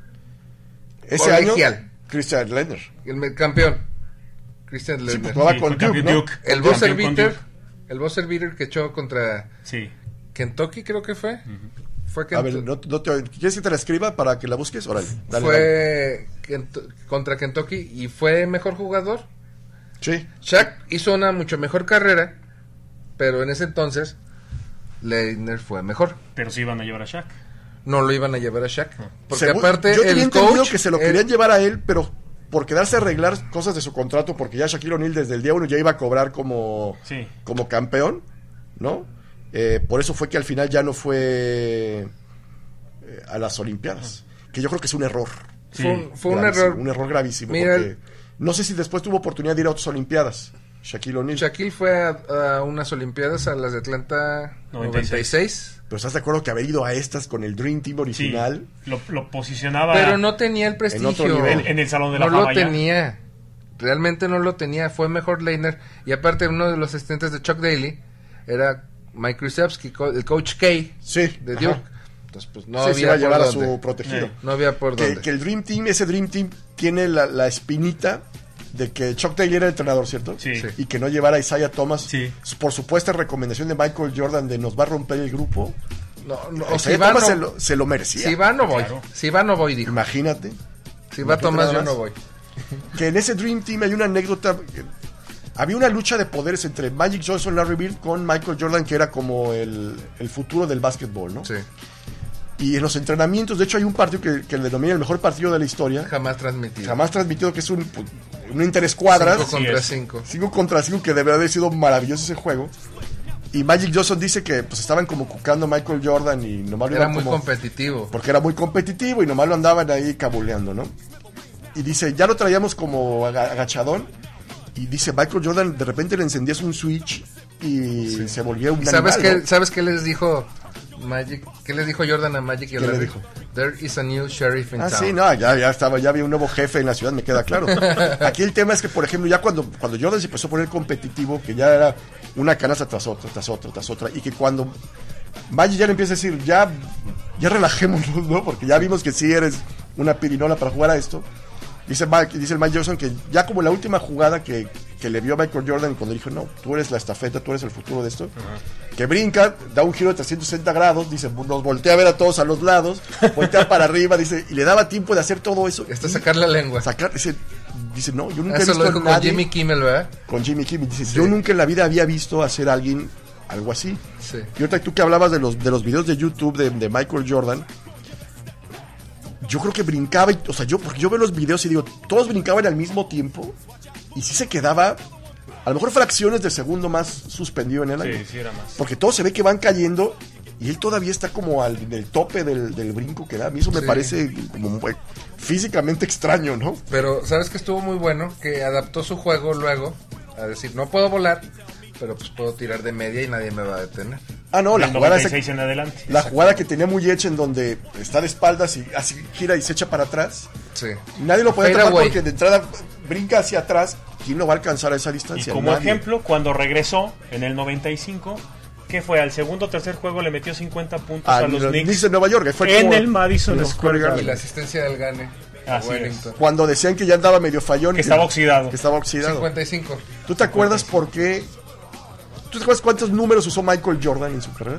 Speaker 2: Ese año,
Speaker 3: Colegial.
Speaker 2: Christian Leitner.
Speaker 3: El me- campeón. Christian
Speaker 2: Sí,
Speaker 3: Lerner.
Speaker 2: pues, jugaba
Speaker 4: Sí,
Speaker 2: con
Speaker 4: fue
Speaker 2: Duke,
Speaker 4: campeón
Speaker 2: ¿no?
Speaker 4: Duke.
Speaker 3: el
Speaker 4: Campeón
Speaker 3: buzzer
Speaker 4: con
Speaker 3: beater.
Speaker 4: Duke.
Speaker 3: El buzzer beater que echó contra
Speaker 4: Sí.
Speaker 3: Kentucky, creo que fue. Fue,
Speaker 2: A
Speaker 3: Kentu-
Speaker 2: ver, no, no te, ¿quieres que te la escriba para que la busques? Órale, dale, dale.
Speaker 3: fue Kentu- contra Kentucky y fue mejor jugador.
Speaker 2: Sí.
Speaker 3: Shaq hizo una mucho mejor carrera, pero en ese entonces Leitner fue mejor.
Speaker 4: Pero sí iban a llevar a Shaq.
Speaker 3: No lo iban a llevar a Shaq. Porque
Speaker 2: Según-
Speaker 3: aparte
Speaker 2: yo tenía
Speaker 3: el
Speaker 2: entendido
Speaker 3: coach...
Speaker 2: que se lo
Speaker 3: el-
Speaker 2: querían llevar a él, pero por quedarse a arreglar cosas de su contrato, porque ya Shaquille O'Neal desde el día uno ya iba a cobrar como,
Speaker 4: Sí.
Speaker 2: como campeón, ¿no? Eh, por eso fue que al final ya no fue eh, a las Olimpiadas, que yo creo que es un error.
Speaker 3: Fue, un, fue un
Speaker 2: gravísimo,
Speaker 3: error.
Speaker 2: Un error gravísimo.
Speaker 3: Mira,
Speaker 2: porque no sé si después tuvo oportunidad de ir a otras Olimpiadas, Shaquille O'Neal.
Speaker 3: Shaquille fue a, a unas Olimpiadas, a las de Atlanta
Speaker 4: 96.
Speaker 3: 96
Speaker 2: Pero estás de acuerdo que haber ido a estas con el Dream Team
Speaker 4: Sí.
Speaker 2: original.
Speaker 4: Lo, lo posicionaba
Speaker 3: Pero no tenía el prestigio.
Speaker 2: otro nivel.
Speaker 4: en, en el Salón de la
Speaker 3: no lo
Speaker 4: Fama ya.
Speaker 3: tenía. Realmente no lo tenía. Fue mejor Leiner. Y aparte, uno de los asistentes de Chuck Daly era Mike Krzyzewski, co- el coach K de
Speaker 2: Sí.
Speaker 3: Duke.
Speaker 2: ajá.
Speaker 3: Entonces, pues no
Speaker 2: Sí, se iba a
Speaker 3: había
Speaker 2: llevar
Speaker 3: por
Speaker 2: a su
Speaker 3: dónde.
Speaker 2: protegido.
Speaker 4: Eh.
Speaker 3: No había por
Speaker 2: que,
Speaker 3: dónde.
Speaker 2: que el Dream Team, ese Dream Team, tiene la, la espinita de que Chuck Taylor era el entrenador, ¿cierto?
Speaker 4: Sí.
Speaker 2: Y que no llevara a Isaiah Thomas.
Speaker 4: Sí.
Speaker 2: Por supuesta recomendación de Michael Jordan de nos va a romper el grupo.
Speaker 3: No, no,
Speaker 2: Isaiah
Speaker 3: si va,
Speaker 2: Thomas
Speaker 3: no,
Speaker 2: se, lo, se lo merecía.
Speaker 3: si va, no voy.
Speaker 4: Claro.
Speaker 3: Si va, no voy, dijo.
Speaker 2: Imagínate.
Speaker 3: Si va
Speaker 2: Imagínate
Speaker 3: Tomás,
Speaker 2: nada
Speaker 3: yo
Speaker 2: más.
Speaker 3: no voy.
Speaker 2: Que en ese Dream Team hay una anécdota. eh, Había una lucha de poderes entre Magic Johnson, Larry Bird con Michael Jordan, que era como el, el futuro del básquetbol, ¿no?
Speaker 3: Sí.
Speaker 2: Y en los entrenamientos, de hecho, hay un partido que, que le denomina el mejor partido de la historia.
Speaker 3: Jamás transmitido.
Speaker 2: jamás transmitido, que es un, pues, un interescuadras.
Speaker 3: Cinco contra
Speaker 4: es.
Speaker 3: cinco.
Speaker 2: 5 contra 5, que debería haber sido maravilloso ese juego. Y Magic Johnson dice que pues estaban como cucando a Michael Jordan y nomás lo
Speaker 3: Era
Speaker 2: iban
Speaker 3: muy
Speaker 2: como-
Speaker 3: competitivo.
Speaker 2: Porque era muy competitivo y nomás lo andaban ahí cabuleando, ¿no? Y dice, ya lo traíamos como aga- agachadón. Y dice, Michael Jordan de repente le encendías un switch y se volvía un
Speaker 3: ¿Y sabes
Speaker 2: animal,
Speaker 3: qué, sabes qué les dijo Magic? ¿Qué les dijo Jordan a Magic y a
Speaker 2: ¿Qué le
Speaker 3: Larry?
Speaker 2: dijo?
Speaker 3: There is a new sheriff in
Speaker 2: Ah,
Speaker 3: town.
Speaker 2: sí, no, ya, ya estaba, ya había un nuevo jefe en la ciudad, me queda claro. Aquí el tema es que, por ejemplo, ya cuando, cuando Jordan se empezó a poner competitivo, que ya era una canasta tras otra, tras otra, tras otra, y que cuando Magic ya le empieza a decir, ya, ya relajémonos, ¿no? Porque ya vimos que sí eres una pirinola para jugar a esto. Dice, Mike- dice el Mike Johnson que ya como la última jugada que, que le vio a Michael Jordan cuando dijo, no, tú eres la estafeta, tú eres el futuro de esto, que brinca, da un giro de 360 grados, dice, "Pues nos voltea a ver a todos a los lados, voltea para arriba, dice, y le daba tiempo de hacer todo eso.
Speaker 3: Hasta
Speaker 2: y
Speaker 3: sacar la lengua.
Speaker 2: sacar- dice, dice, no, yo nunca he
Speaker 3: Eso
Speaker 2: visto
Speaker 3: lo
Speaker 2: a
Speaker 3: dijo con
Speaker 2: nadie-
Speaker 3: Jimmy Kimmel, ¿verdad?
Speaker 2: con Jimmy Kimmel, dice, yo nunca en la vida había visto hacer a alguien algo así.
Speaker 3: Sí.
Speaker 2: Y ahorita tú que hablabas de los, de los videos de YouTube de, de Michael Jordan, yo creo que brincaba, y- o sea, yo, porque yo veo los videos y digo, todos brincaban al mismo tiempo Y sí se quedaba, a lo mejor fracciones de segundo más suspendido en el aire.
Speaker 4: Sí, sí, era más.
Speaker 2: Porque todos se ve que van cayendo y él todavía está como al en el tope del, del brinco que da. A mí eso me
Speaker 3: Sí.
Speaker 2: parece como muy- físicamente extraño, ¿no?
Speaker 3: Pero sabes que estuvo muy bueno, que adaptó su juego luego a decir, no puedo volar, pero pues puedo tirar de media y nadie me va a detener.
Speaker 2: Ah, no, la
Speaker 4: Del
Speaker 2: jugada, esa-
Speaker 4: 96 en adelante.
Speaker 2: la jugada que tenía muy hecha en donde está de espaldas y así gira y se echa para atrás.
Speaker 3: Sí.
Speaker 2: Nadie lo puede
Speaker 3: Fade
Speaker 2: tapar
Speaker 3: away.
Speaker 2: porque de entrada brinca hacia atrás. ¿Quién lo va a alcanzar a esa
Speaker 4: Y
Speaker 2: distancia?
Speaker 4: como
Speaker 2: Nadie.
Speaker 4: ejemplo, cuando regresó en el 95, que fue al segundo o tercer juego le metió 50 puntos a,
Speaker 2: A
Speaker 4: los Knicks.
Speaker 2: de Nueva York. que Fue
Speaker 4: en
Speaker 2: como
Speaker 4: el Madison
Speaker 2: en el
Speaker 4: Square Garden.
Speaker 3: Y la asistencia del Gane. a
Speaker 4: Así
Speaker 3: Wellington.
Speaker 2: Cuando decían que ya andaba medio fallón.
Speaker 4: Que estaba oxidado.
Speaker 2: Que estaba oxidado.
Speaker 3: 55.
Speaker 2: ¿Tú te acuerdas por qué? ¿Tú te acuerdas cuántos números usó Michael Jordan en su carrera?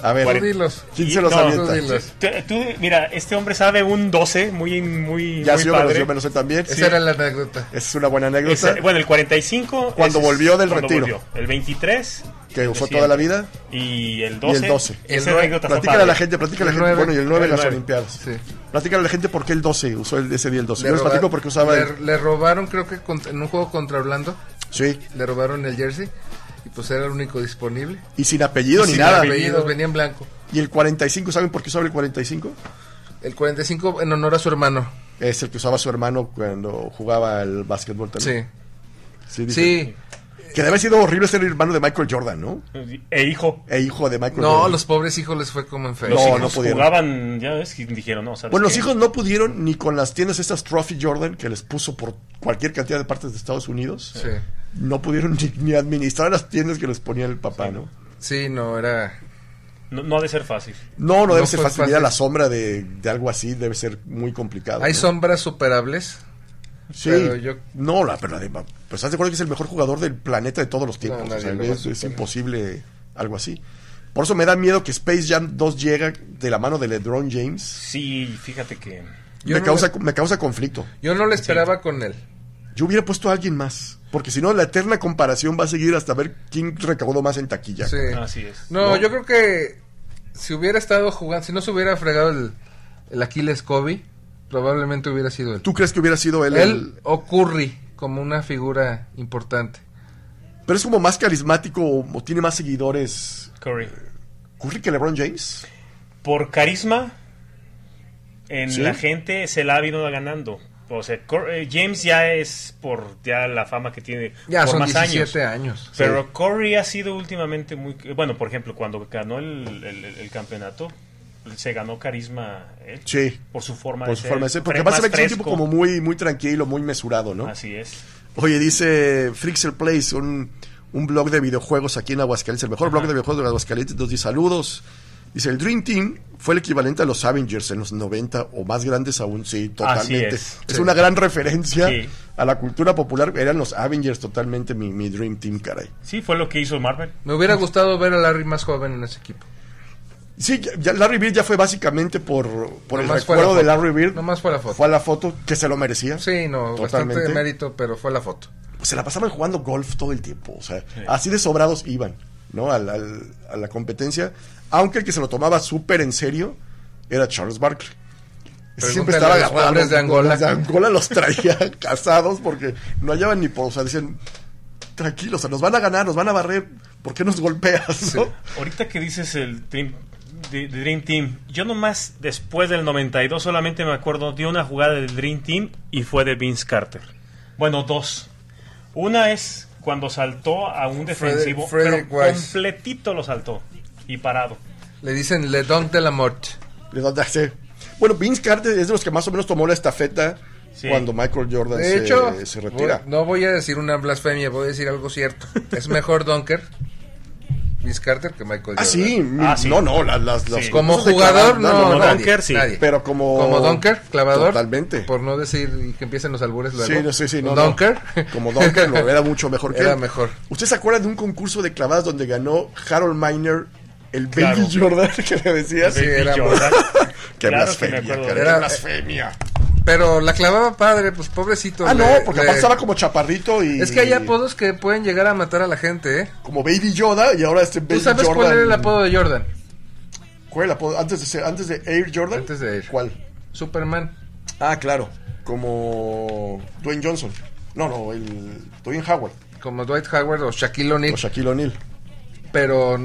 Speaker 2: A ver,
Speaker 3: Tú dilos.
Speaker 2: ¿quién
Speaker 4: Y-
Speaker 2: se los
Speaker 4: no,
Speaker 3: tú
Speaker 2: avienta?
Speaker 3: dilos.
Speaker 4: Tú- tú- mira, este hombre sabe un 12 muy, muy,
Speaker 2: Ya
Speaker 4: muy
Speaker 2: sí, yo me, lo,
Speaker 4: padre.
Speaker 2: yo me lo sé también. sí.
Speaker 3: Esa era la anécdota.
Speaker 2: Esa es una buena anécdota.
Speaker 4: Ese- bueno, el 45.
Speaker 2: Cuando
Speaker 4: ese es
Speaker 2: volvió del
Speaker 4: cuando
Speaker 2: retiro.
Speaker 4: El 23.
Speaker 2: que
Speaker 4: el
Speaker 2: usó
Speaker 4: de
Speaker 2: toda la
Speaker 4: siempre.
Speaker 2: vida.
Speaker 4: Y el 12.
Speaker 2: 12.
Speaker 4: Esa
Speaker 3: El nueve.
Speaker 4: anécdota está
Speaker 2: Platícale a la
Speaker 4: padre.
Speaker 2: gente, platícale a
Speaker 3: El
Speaker 2: la gente.
Speaker 3: nueve.
Speaker 2: Bueno, y el 9 en
Speaker 4: El
Speaker 2: las
Speaker 4: nueve.
Speaker 2: Olimpiadas.
Speaker 3: Sí.
Speaker 2: Platícale a la gente por qué el 12 usó el- ese día el 12.
Speaker 3: Le
Speaker 2: Yo les
Speaker 3: roba-
Speaker 2: platico porque usaba.
Speaker 3: le,
Speaker 2: el-
Speaker 3: le robaron, creo que cont- en un juego contra Orlando,
Speaker 2: Sí,
Speaker 3: le robaron el jersey y pues era el único disponible.
Speaker 2: y sin apellido
Speaker 3: Y
Speaker 2: ni
Speaker 3: sin
Speaker 2: nada.
Speaker 3: apellidos, venía en blanco.
Speaker 2: Y el 45, ¿saben por qué usaba el 45?
Speaker 3: El 45 en honor a su hermano.
Speaker 2: Es el que usaba su hermano cuando jugaba al básquetbol también.
Speaker 3: Sí.
Speaker 2: Sí. dice-
Speaker 3: Sí.
Speaker 2: Que debe haber sido horrible ser el hermano de Michael Jordan, ¿no?
Speaker 4: E hijo.
Speaker 2: E hijo de Michael
Speaker 3: No,
Speaker 2: Jordan.
Speaker 3: los pobres hijos les fue como en feo.
Speaker 4: Los
Speaker 2: No,
Speaker 4: hijos
Speaker 2: no pudieron.
Speaker 4: jugaban, ya ves, y dijeron, no, ¿sabes
Speaker 2: Bueno, los
Speaker 4: qué?
Speaker 2: hijos no pudieron ni con las tiendas estas Trophy Jordan que les puso por cualquier cantidad de partes de Estados Unidos.
Speaker 3: Sí.
Speaker 2: No pudieron ni, ni administrar las tiendas que les ponía el papá, ¿no?
Speaker 3: Sí, no, era...
Speaker 4: No, no ha de ser fácil.
Speaker 2: No, no debe
Speaker 3: No
Speaker 2: ser
Speaker 3: fue
Speaker 2: fácil. Vivir a
Speaker 3: fácil.
Speaker 2: la sombra de, de algo así debe ser muy complicado.
Speaker 3: Hay
Speaker 2: ¿no?
Speaker 3: sombras superables.
Speaker 2: Sí.
Speaker 3: pero yo-
Speaker 2: No, la, pero la de- pues estás de acuerdo que es el mejor jugador del planeta de todos los tiempos.
Speaker 3: nadie
Speaker 2: O sea,
Speaker 3: lo va a
Speaker 2: es, es
Speaker 3: superar.
Speaker 2: imposible algo así. Por eso me da miedo que Space Jam 2 llega de la mano de LeBron James.
Speaker 4: Sí, fíjate que.
Speaker 3: Yo
Speaker 2: me,
Speaker 3: no
Speaker 2: causa, me causa conflicto.
Speaker 3: Yo no lo esperaba con él.
Speaker 2: Yo hubiera puesto a alguien más. Porque si no, la eterna comparación va a seguir hasta ver quién recaudó más en taquilla.
Speaker 3: Sí.
Speaker 4: Así es.
Speaker 3: No,
Speaker 2: No.
Speaker 3: yo creo que si hubiera estado jugando, si no se hubiera fregado el, el Aquiles Kobe, probablemente hubiera sido él.
Speaker 2: ¿Tú crees que hubiera sido él?
Speaker 3: él
Speaker 2: el-
Speaker 3: o Curry como una figura importante.
Speaker 2: Pero es como más carismático o, o tiene más seguidores.
Speaker 4: Curry.
Speaker 2: ¿Curry que LeBron James?
Speaker 4: Por carisma, en
Speaker 2: Sí.
Speaker 4: la gente se la ha venido ganando. O sea, Cor- eh, James ya es por ya la fama que tiene
Speaker 3: Ya
Speaker 4: por
Speaker 3: son
Speaker 4: más
Speaker 3: 17
Speaker 4: años.
Speaker 3: años.
Speaker 4: Pero Curry ha sido últimamente muy... Bueno, por ejemplo, cuando ganó el, el- el campeonato, se ganó carisma él.
Speaker 2: Sí.
Speaker 4: Por su forma
Speaker 2: Por
Speaker 4: de
Speaker 2: su
Speaker 4: ser.
Speaker 2: forma de ser. Porque
Speaker 4: fre-
Speaker 2: además se
Speaker 4: más
Speaker 2: ve que es un tipo
Speaker 4: fresco.
Speaker 2: como muy, muy tranquilo, muy mesurado, ¿no?
Speaker 4: Así es.
Speaker 2: Oye, dice Frixel Place, un, un blog de videojuegos aquí en Aguascalientes, el mejor blog de videojuegos de Aguascalientes, nos dice saludos. Dice, el Dream Team fue el equivalente a los Avengers en los 90 o más grandes aún, sí, totalmente.
Speaker 4: Así
Speaker 2: es
Speaker 4: es.
Speaker 2: una gran referencia
Speaker 4: Sí.
Speaker 2: a la cultura popular, eran los Avengers totalmente mi, mi Dream Team, caray.
Speaker 4: Sí, fue lo que hizo Marvel.
Speaker 3: Me hubiera gustado ver a Larry más joven en ese equipo.
Speaker 2: Sí, ya- ya Larry Bird ya fue básicamente por, por el
Speaker 3: Nomás fue a
Speaker 2: recuerdo
Speaker 3: la
Speaker 2: de
Speaker 3: foto.
Speaker 2: Larry Bird.
Speaker 3: Nomás fue a la foto.
Speaker 2: Fue a la foto, que se lo merecía.
Speaker 3: Sí, no, bastante de mérito, pero fue la foto.
Speaker 2: se la pasaban jugando golf todo el tiempo. O sea, así de sobrados iban, ¿no? Al- al- a la competencia. Aunque el que se lo tomaba súper en serio era Charles Barkley.
Speaker 3: Pregúntale
Speaker 2: Siempre estaba
Speaker 3: a los
Speaker 2: agarrado.
Speaker 3: pobres de Angola.
Speaker 2: Los de Angola los traía casados porque no hallaban ni por. O sea, decían, tranquilos, o sea, nos van a ganar, nos van a barrer. ¿Por qué nos golpeas, no?
Speaker 4: Ahorita que dices el Dream, de- de Dream Team, yo nomás después del 92 solamente me acuerdo de una jugada del Dream Team y fue de Vince Carter. Bueno, dos. Una es cuando saltó a un
Speaker 3: Frederick-
Speaker 4: defensivo,
Speaker 3: Frederick
Speaker 4: pero
Speaker 3: Weiss.
Speaker 4: completito lo saltó y parado.
Speaker 3: Le dicen Le Don de la Mort.
Speaker 2: Le dan- sí. Bueno, Vince Carter es de los que más o menos tomó la estafeta
Speaker 4: Sí.
Speaker 2: cuando Michael Jordan
Speaker 3: De
Speaker 2: se,
Speaker 3: hecho,
Speaker 2: Pues, eh, se retira.
Speaker 3: voy- no voy a decir una blasfemia, voy a decir algo cierto. Es mejor Donker, Vince Carter, que Michael
Speaker 2: Ah,
Speaker 3: Jordan.
Speaker 2: sí,
Speaker 4: Ah, sí.
Speaker 2: no, no, las, las, las
Speaker 4: Sí.
Speaker 3: Como
Speaker 2: cosas de
Speaker 3: jugador,
Speaker 2: clavar-
Speaker 3: no,
Speaker 4: como
Speaker 3: nadie,
Speaker 4: dunker, sí.
Speaker 3: nadie.
Speaker 2: Pero como-
Speaker 3: Como dunker, clavador.
Speaker 2: Totalmente.
Speaker 3: Por no decir y que empiecen los albures luego.
Speaker 2: Sí, no, sí, sí, no, no.
Speaker 3: dunker.
Speaker 2: Como Dunker lo era mucho mejor que
Speaker 3: Era
Speaker 2: él.
Speaker 3: mejor.
Speaker 2: ¿Usted se acuerda de un concurso de clavadas donde ganó Harold Miner el
Speaker 4: Claro.
Speaker 2: Baby Jordan que le decías?
Speaker 3: Sí,
Speaker 4: Baby
Speaker 3: era
Speaker 4: Jordan.
Speaker 2: Qué
Speaker 4: Claro que me
Speaker 2: blasfemia,
Speaker 4: acuerdo.
Speaker 2: caray, qué
Speaker 3: Era-
Speaker 2: blasfemia.
Speaker 3: Pero la clavaba padre, pues pobrecito.
Speaker 2: Ah, no,
Speaker 3: le-
Speaker 2: porque
Speaker 3: le-
Speaker 2: aparte estaba como chaparrito y.
Speaker 3: Es que hay apodos que pueden llegar a matar a la gente, ¿eh?
Speaker 2: Como Baby Yoda y ahora este Baby
Speaker 3: ¿Tú sabes
Speaker 2: Jordan.
Speaker 3: cuál era el apodo de Jordan?
Speaker 2: ¿Cuál era el apodo? Antes de, ser- antes de Air Jordan.
Speaker 3: Antes de Air.
Speaker 2: ¿Cuál?
Speaker 3: Superman.
Speaker 2: Ah, claro. Como Dwayne Johnson. No, no, el Dwayne Howard
Speaker 3: Como Dwight Howard o Shaquille O'Neal.
Speaker 2: o Shaquille O'Neal.
Speaker 3: pero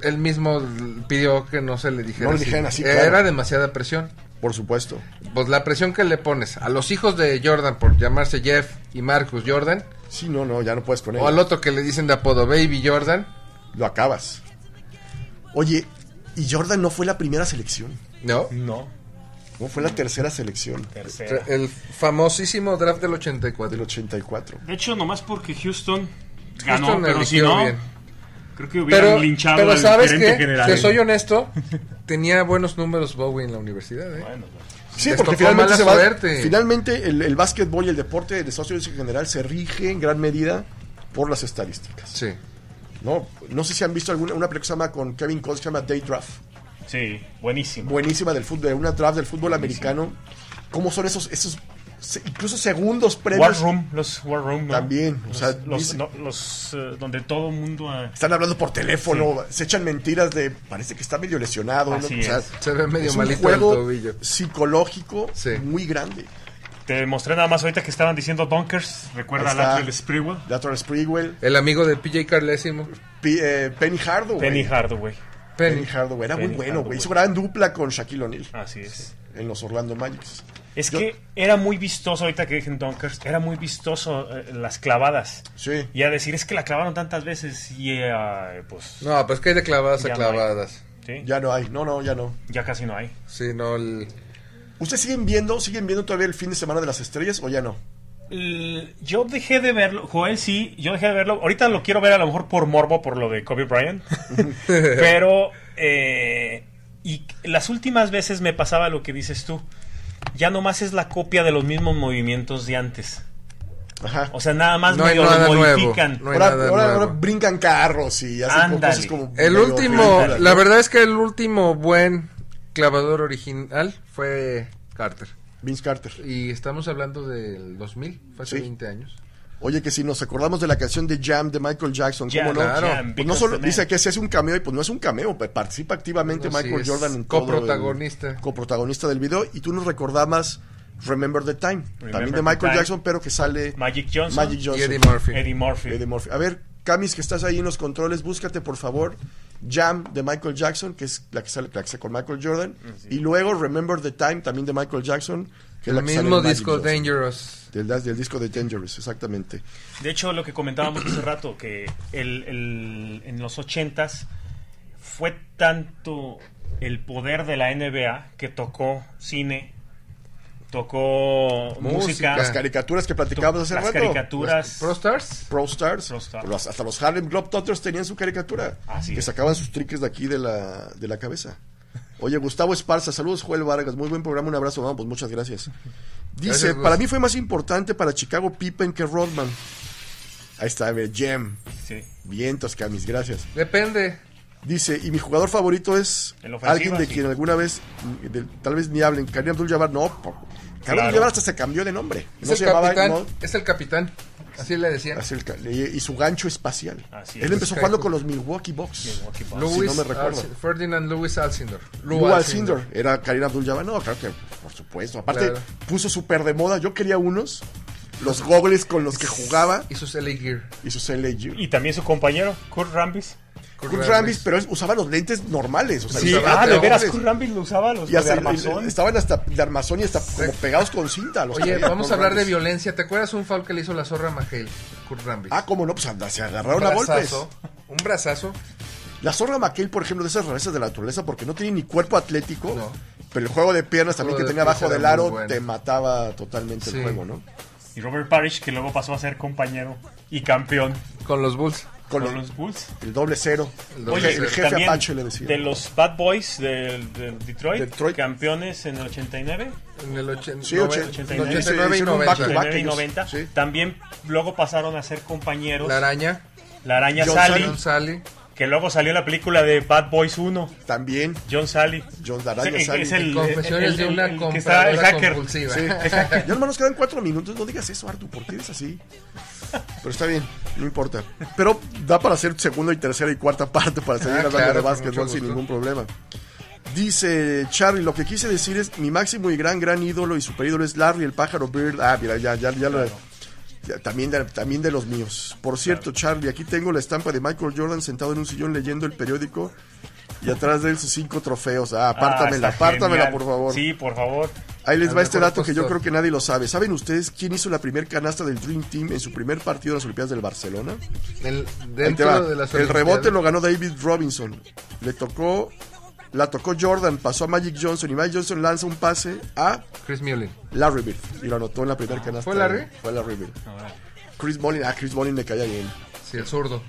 Speaker 3: él mismo pidió que no se le dijera.
Speaker 2: No le dijeran así,
Speaker 3: Era
Speaker 2: claro.
Speaker 3: demasiada presión.
Speaker 2: Por supuesto.
Speaker 3: Pues la presión que le pones a los hijos de Jordan por llamarse Jeff y Marcus Jordan,
Speaker 2: Sí, no, no, ya no puedes poner.
Speaker 3: o al otro que le dicen de apodo Baby Jordan,
Speaker 2: Lo acabas. Oye, y Jordan no fue la primera selección.
Speaker 3: ¿no?
Speaker 4: No,
Speaker 2: No fue la tercera selección
Speaker 4: tercera.
Speaker 3: El famosísimo draft del
Speaker 2: del
Speaker 3: 84.
Speaker 2: 84.
Speaker 4: De hecho, nomás porque Houston ganó,
Speaker 3: Houston
Speaker 4: pero si
Speaker 3: eligió
Speaker 4: no,
Speaker 3: bien.
Speaker 4: creo que hubieran
Speaker 3: Pero,
Speaker 4: linchado
Speaker 3: pero
Speaker 4: al
Speaker 3: sabes
Speaker 4: gerente
Speaker 3: que,
Speaker 4: general.
Speaker 3: te soy honesto, tenía buenos números Bowie en la universidad. ¿eh?
Speaker 4: Bueno, pues.
Speaker 2: Sí,
Speaker 3: Les
Speaker 2: porque
Speaker 3: tocó
Speaker 2: finalmente,
Speaker 3: mala
Speaker 2: se va-
Speaker 3: suerte.
Speaker 2: finalmente el, el básquetbol y el deporte de Estados Unidos en general se rige en gran medida por las estadísticas.
Speaker 3: Sí.
Speaker 2: No, no sé si han visto alguna una película que se llama con Kevin Costner que se llama Day Draft.
Speaker 4: Sí, buenísimo.
Speaker 2: Buenísima del fútbol, de una draft del fútbol americano. ¿Cómo son esos, esos se- incluso segundos
Speaker 4: War
Speaker 2: previos?
Speaker 4: Room, los War Room, ¿no?
Speaker 2: También, o
Speaker 4: Los,
Speaker 2: sea,
Speaker 4: los-
Speaker 2: dice-
Speaker 4: no, los, eh, donde todo el mundo eh,
Speaker 2: Están hablando por teléfono, se echan mentiras de parece que está medio lesionado. ¿no?
Speaker 4: Así es.
Speaker 3: Se ve medio
Speaker 2: es
Speaker 3: malito
Speaker 2: un juego
Speaker 3: el tobillo.
Speaker 2: psicológico
Speaker 3: Sí.
Speaker 2: muy grande.
Speaker 4: te mostré nada más ahorita que estaban diciendo Dunkers, recuerda
Speaker 2: Ahí
Speaker 4: al
Speaker 2: está.
Speaker 4: Lateral Sprewell,
Speaker 2: Lateral Sprewell,
Speaker 3: El amigo de PJ Carlésimo.
Speaker 2: P- eh, Penny Hardaway.
Speaker 4: Penny Hardaway.
Speaker 2: Penny
Speaker 3: Penny.
Speaker 2: Hardaway, era
Speaker 4: Penny
Speaker 2: muy bueno, güey.
Speaker 4: Hardaway. Ah.
Speaker 2: Hizo gran dupla con Shaquille O'Neal
Speaker 4: Así es.
Speaker 2: en los Orlando Magics.
Speaker 4: Es
Speaker 2: Yo-
Speaker 4: que era muy vistoso, ahorita que dicen Dunkers, era muy vistoso eh, las clavadas.
Speaker 2: Sí.
Speaker 4: Y a decir, es que la clavaron tantas veces y eh, pues
Speaker 3: No, pues que hay de clavadas
Speaker 4: Ya
Speaker 3: a
Speaker 4: no hay.
Speaker 3: clavadas.
Speaker 4: ¿sí? Ya.
Speaker 2: Ya no hay, no, no, ya no.
Speaker 4: casi no hay.
Speaker 3: Sí, no, el-
Speaker 2: ¿Ustedes siguen viendo, siguen viendo todavía el fin de semana de las estrellas o ya no?
Speaker 4: L- Yo dejé de verlo, Joel sí, yo dejé de verlo. Ahorita lo quiero ver a lo mejor por morbo, por lo de Kobe Bryant. Pero, eh, y las últimas veces me pasaba lo que dices tú. Ya nomás es la copia de los mismos movimientos de antes.
Speaker 2: Ajá.
Speaker 4: O sea, nada más
Speaker 3: No hay
Speaker 4: medio lo
Speaker 3: nada nuevo.
Speaker 4: modifican.
Speaker 3: No hay
Speaker 2: ahora,
Speaker 3: nada
Speaker 2: ahora- ahora
Speaker 3: nuevo.
Speaker 2: brincan carros y hacen
Speaker 4: Ándale.
Speaker 2: cosas como.
Speaker 3: El
Speaker 2: medio
Speaker 3: último,
Speaker 2: ridículas,
Speaker 3: la
Speaker 2: ¿no?
Speaker 3: verdad es que el último buen clavador original fue Carter.
Speaker 2: Vince Carter.
Speaker 3: Y estamos hablando del 2000, fue hace
Speaker 2: Sí.
Speaker 3: 20 años.
Speaker 2: Oye, que si nos acordamos de la canción de Jam de Michael Jackson, ¿cómo
Speaker 4: Ya, este
Speaker 2: no?
Speaker 3: claro.
Speaker 4: ya,
Speaker 2: Pues no
Speaker 4: because
Speaker 2: solo
Speaker 4: the man.
Speaker 2: dice que se hace un cameo y pues no es un cameo, pa- participa activamente
Speaker 3: No, sí,
Speaker 2: Michael
Speaker 3: es
Speaker 2: Jordan en todo el-
Speaker 3: coprotagonista.
Speaker 2: coprotagonista del video y tú nos recordabas Remember the Time, también
Speaker 4: the
Speaker 2: de Michael
Speaker 4: Time.
Speaker 2: Jackson, pero que sale
Speaker 4: Magic Johnson,
Speaker 2: Magic
Speaker 3: Y
Speaker 2: Johnson.
Speaker 3: Eddie Murphy.
Speaker 4: Eddie Murphy.
Speaker 2: Eddie Murphy. A ver, Camis, que estás ahí en los controles, búscate por favor Jam de Michael Jackson, que es la que sale, la que sale con Michael Jordan,
Speaker 3: Ah,
Speaker 2: y luego Remember the Time también de Michael Jackson, que es
Speaker 3: El
Speaker 2: la que sale en
Speaker 3: mismo
Speaker 2: Magic
Speaker 3: disco
Speaker 2: Johnson.
Speaker 3: Dangerous.
Speaker 2: Del, del disco de Dangerous, exactamente.
Speaker 4: De hecho, lo que comentábamos hace rato, que el, el- en los ochentas fue tanto el poder de la NBA que tocó cine, tocó música,
Speaker 3: Música.
Speaker 2: Las caricaturas que platicábamos hace
Speaker 4: Ah. las
Speaker 2: rato.
Speaker 4: caricaturas.
Speaker 3: Pro Stars.
Speaker 2: Pro Stars.
Speaker 4: Pro Stars.
Speaker 2: Los- hasta los Harlem Globetrotters tenían su caricatura.
Speaker 4: Así
Speaker 2: que
Speaker 4: es.
Speaker 2: sacaban sus triques de aquí de la, de la cabeza. Oye, Gustavo Esparza, saludos Joel Vargas, muy buen programa, un abrazo, vamos, pues, muchas gracias. Dice,
Speaker 3: Gracias, Gus.
Speaker 2: para mí fue más importante para Chicago Pippen que Rodman. Ahí está, a ver, Jem,
Speaker 4: sí.
Speaker 2: vientos, Camis, gracias.
Speaker 3: Depende.
Speaker 2: Dice, y mi jugador favorito es
Speaker 4: El ofensivo,
Speaker 2: alguien de
Speaker 4: sí.
Speaker 2: quien alguna vez, de- tal vez ni hablen, Karim Abdul-Jabbar, no, por- Karim
Speaker 4: Claro.
Speaker 2: Abdul-Jabbar hasta se cambió de nombre.
Speaker 3: Es
Speaker 2: no
Speaker 3: el
Speaker 2: se llamaba,
Speaker 3: capitán.
Speaker 2: no,
Speaker 3: Es el capitán. Así le decían.
Speaker 2: Así el ca- y, y su gancho espacial.
Speaker 4: Así
Speaker 2: Él
Speaker 4: es.
Speaker 2: empezó
Speaker 3: Pues,
Speaker 2: jugando
Speaker 3: Kaiko.
Speaker 2: con los Milwaukee Bucks.
Speaker 4: Milwaukee Bucks.
Speaker 3: Louis
Speaker 2: no me recuerdo.
Speaker 3: Alci- Ferdinand Louis Alcindor. Lou
Speaker 2: Lou Alcindor. Era Karina Abdul-Jabbar. No, claro que, por supuesto. Aparte,
Speaker 3: Claro.
Speaker 2: puso súper de moda. Yo quería unos. Los goggles con los que jugaba.
Speaker 3: Y sus LA Gear.
Speaker 2: Y sus LG.
Speaker 4: Y también su compañero, Kurt Rambis.
Speaker 2: Kurt Rambis, pero él usaba los lentes normales. O sea,
Speaker 4: Sí,
Speaker 2: usaba
Speaker 4: ah, de
Speaker 2: los
Speaker 4: veras,
Speaker 2: goggles.
Speaker 4: Kurt Rambis lo usaba los
Speaker 2: Y hasta-
Speaker 4: de Armazón.
Speaker 2: estaban hasta de armazón y hasta como pegados con cinta. los
Speaker 3: Oye,
Speaker 2: traía
Speaker 3: vamos a
Speaker 2: Kurt
Speaker 3: hablar de
Speaker 2: Rambis.
Speaker 3: violencia. ¿Te acuerdas un foul que le hizo la zorra a Mahale? Kurt Rambis.
Speaker 2: Ah, cómo no, pues anda, se
Speaker 3: un
Speaker 2: agarraron a golpes.
Speaker 3: brazazo. Un brazazo.
Speaker 2: La zorra Maquel, por ejemplo, de esas rarezas de la naturaleza, porque no tiene ni cuerpo atlético,
Speaker 3: No.
Speaker 2: pero el juego de piernas también que
Speaker 3: Juego de
Speaker 2: tenía abajo
Speaker 3: piernas
Speaker 2: del
Speaker 3: era
Speaker 2: aro
Speaker 3: muy bueno.
Speaker 2: te mataba totalmente el
Speaker 3: Sí.
Speaker 2: juego, ¿no?
Speaker 4: Y Robert Parrish, que luego pasó a ser compañero y campeón
Speaker 3: Con los Bulls.
Speaker 2: Con
Speaker 4: con
Speaker 2: los-
Speaker 4: los Bulls.
Speaker 2: el doble cero.
Speaker 3: El doble
Speaker 2: Oye, el
Speaker 3: cero.
Speaker 2: jefe
Speaker 4: también
Speaker 2: Apache le decía.
Speaker 4: De los Bad Boys del del Detroit,
Speaker 2: Detroit.
Speaker 4: campeones en el 89,
Speaker 3: En el 80,
Speaker 2: Sí,
Speaker 3: noven-
Speaker 2: 89,
Speaker 3: 89 y
Speaker 2: hicieron un
Speaker 3: 90.
Speaker 2: back-to-back.
Speaker 4: 89 y 90.
Speaker 2: Sí.
Speaker 4: También luego pasaron a ser compañeros
Speaker 3: La
Speaker 4: la,
Speaker 3: araña.
Speaker 4: araña
Speaker 2: John
Speaker 4: Sally,
Speaker 3: John Sally.
Speaker 4: que luego salió en la película de Bad Boys 1,
Speaker 2: También.
Speaker 4: John Sally.
Speaker 2: John la araña
Speaker 4: Sí, que
Speaker 2: Sally.
Speaker 4: Es el,
Speaker 3: Confesiones
Speaker 4: el-
Speaker 3: de
Speaker 4: el-
Speaker 3: una
Speaker 4: el que está- el
Speaker 3: compradora
Speaker 4: hacker.
Speaker 3: compulsiva.
Speaker 2: Sí. ya hermanos quedan cuatro minutos. No digas eso, Artu, ¿por qué eres así? Pero está bien, no importa. Pero da para hacer segunda y tercera y cuarta parte para seguir
Speaker 3: Ah,
Speaker 2: hablando
Speaker 3: claro,
Speaker 2: de
Speaker 3: con
Speaker 2: básquetbol
Speaker 3: mucho
Speaker 2: sin
Speaker 3: gusto.
Speaker 2: ningún problema. Dice Charlie, lo que quise decir es mi máximo y gran gran ídolo y super ídolo es Larry el pájaro Bird. Ah, mira, ya, ya, ya lo- Ya, También de, también de los míos. Por cierto, Charlie, aquí tengo la estampa de Michael Jordan sentado en un sillón leyendo el periódico y atrás de él sus cinco trofeos. Ah, apártamela,
Speaker 4: Ah, está
Speaker 2: apártamela,
Speaker 4: genial.
Speaker 2: por favor.
Speaker 4: Sí, por favor.
Speaker 2: Ahí les
Speaker 3: Al
Speaker 2: va este
Speaker 3: mejor
Speaker 2: dato que yo
Speaker 3: postor.
Speaker 2: creo que nadie lo sabe. ¿Saben ustedes quién hizo la primer canasta del Dream Team en su primer partido en las Olimpiadas del Barcelona?
Speaker 3: El,
Speaker 2: Ahí te
Speaker 3: dentro
Speaker 2: va.
Speaker 3: de las
Speaker 2: El rebote
Speaker 3: Olimpiadas.
Speaker 2: lo ganó David Robinson. Le tocó, la tocó Jordan, pasó a Magic Johnson y Magic Johnson lanza un pase a
Speaker 3: Chris Mullin.
Speaker 2: Larry Bird y lo anotó en la primera canasta.
Speaker 3: ¿Fue Larry? Ah,
Speaker 2: Fue Larry Bird. Chris Mullin, ah, Chris Mullin me caía bien.
Speaker 3: Sí, el zurdo.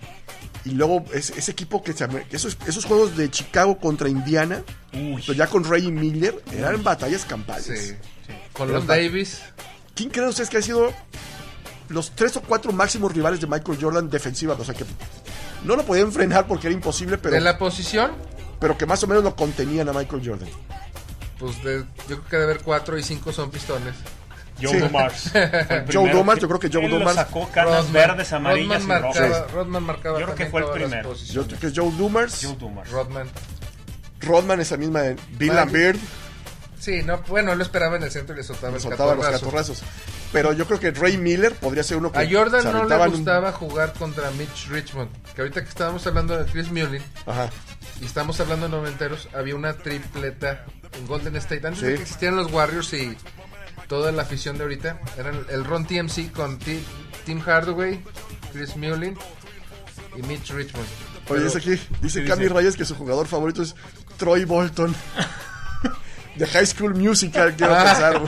Speaker 2: Y luego es- ese equipo que se ame- esos, esos juegos de Chicago contra Indiana,
Speaker 4: Uy.
Speaker 2: pero ya con Ray y Miller, eran batallas campales.
Speaker 3: Sí. Con
Speaker 2: Pero
Speaker 3: los
Speaker 2: va-
Speaker 3: Davis.
Speaker 2: ¿Quién creen ustedes que han sido los tres o cuatro máximos rivales de Michael Jordan defensivas? O sea que no lo podían frenar porque era imposible, pero,
Speaker 3: En la posición,
Speaker 2: pero que más o menos lo contenían a Michael Jordan.
Speaker 3: pues de- yo creo que de haber cuatro y cinco son pistones.
Speaker 4: Joe
Speaker 2: Sí.
Speaker 4: Dumars. fue el primero
Speaker 2: Dumars,
Speaker 4: que-
Speaker 2: yo creo que Joe
Speaker 4: él
Speaker 2: Dumars.
Speaker 4: Lo sacó canas verdes, amarillas
Speaker 3: Rodman
Speaker 4: y
Speaker 3: marcaba,
Speaker 4: rojas.
Speaker 3: Rodman marcaba
Speaker 4: Yo creo que
Speaker 3: también
Speaker 4: fue el
Speaker 3: todas las
Speaker 4: primero.
Speaker 2: Yo
Speaker 3: posiciones.
Speaker 2: creo que es Joe Dumars,
Speaker 4: Joe Dumars.
Speaker 3: Rodman.
Speaker 2: Rodman esa misma, eh, Dylan Beard,
Speaker 3: Sí, no, bueno, él lo esperaba en el centro y le soltaba el
Speaker 2: soltaba los
Speaker 3: catorrazo.
Speaker 2: catorrazos. Pero yo creo que Ray Miller podría ser uno que
Speaker 3: A Jordan
Speaker 2: se
Speaker 3: no le
Speaker 2: aventaban un-
Speaker 3: gustaba jugar contra Mitch Richmond. Que ahorita que estábamos hablando de Chris Mullin
Speaker 2: Ajá.
Speaker 3: y estamos hablando de noventeros, había una tripleta en Golden State. Antes
Speaker 2: Sí.
Speaker 3: de que existieran los Warriors y toda la afición de ahorita, eran el Ron TMC con Ti- Tim Hardaway, Chris Mullin y Mitch Richmond.
Speaker 2: Oye,
Speaker 3: Pero-
Speaker 2: dice aquí, dice
Speaker 4: Sí,
Speaker 2: Cami
Speaker 4: dice.
Speaker 2: Reyes que su jugador favorito es Troy Bolton. De High School Musical, quiero pensar.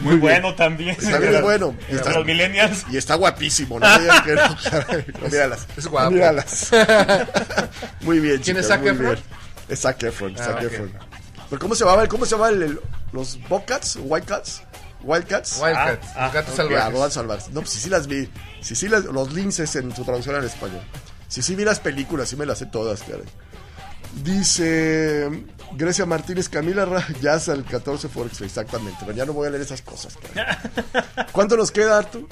Speaker 4: Muy, bueno también.
Speaker 2: Está bien bueno. Y
Speaker 4: Para
Speaker 2: está,
Speaker 4: los millennials.
Speaker 2: y está guapísimo, no me digan que no, caray. No, míralas.
Speaker 3: es guapo.
Speaker 2: Míralas. Muy bien,
Speaker 3: ¿Quién es
Speaker 2: chicas,
Speaker 3: Zac
Speaker 2: muy
Speaker 3: Efron?
Speaker 2: bien. Es Zac Efron,
Speaker 3: Ah,
Speaker 2: Zac
Speaker 3: ok.
Speaker 2: Efron. ¿Pero cómo se llamaba, el- cómo se llamaba el- el- los Bobcats? ¿Wildcats? ¿Wildcats?
Speaker 3: Wildcats,
Speaker 4: Ah,
Speaker 3: los gatos
Speaker 2: Ok,
Speaker 3: salvajes.
Speaker 2: Adolfo Salvajes. No, pues sí, sí las vi. Sí, sí, las, los linces en su traducción al español. Sí, sí vi las películas, sí me las sé todas, caray. Dice Grecia Martínez Camila Rayas al 14 Forex, exactamente. Pero ya no voy a leer esas cosas, caray. ¿Cuánto nos queda, Artu?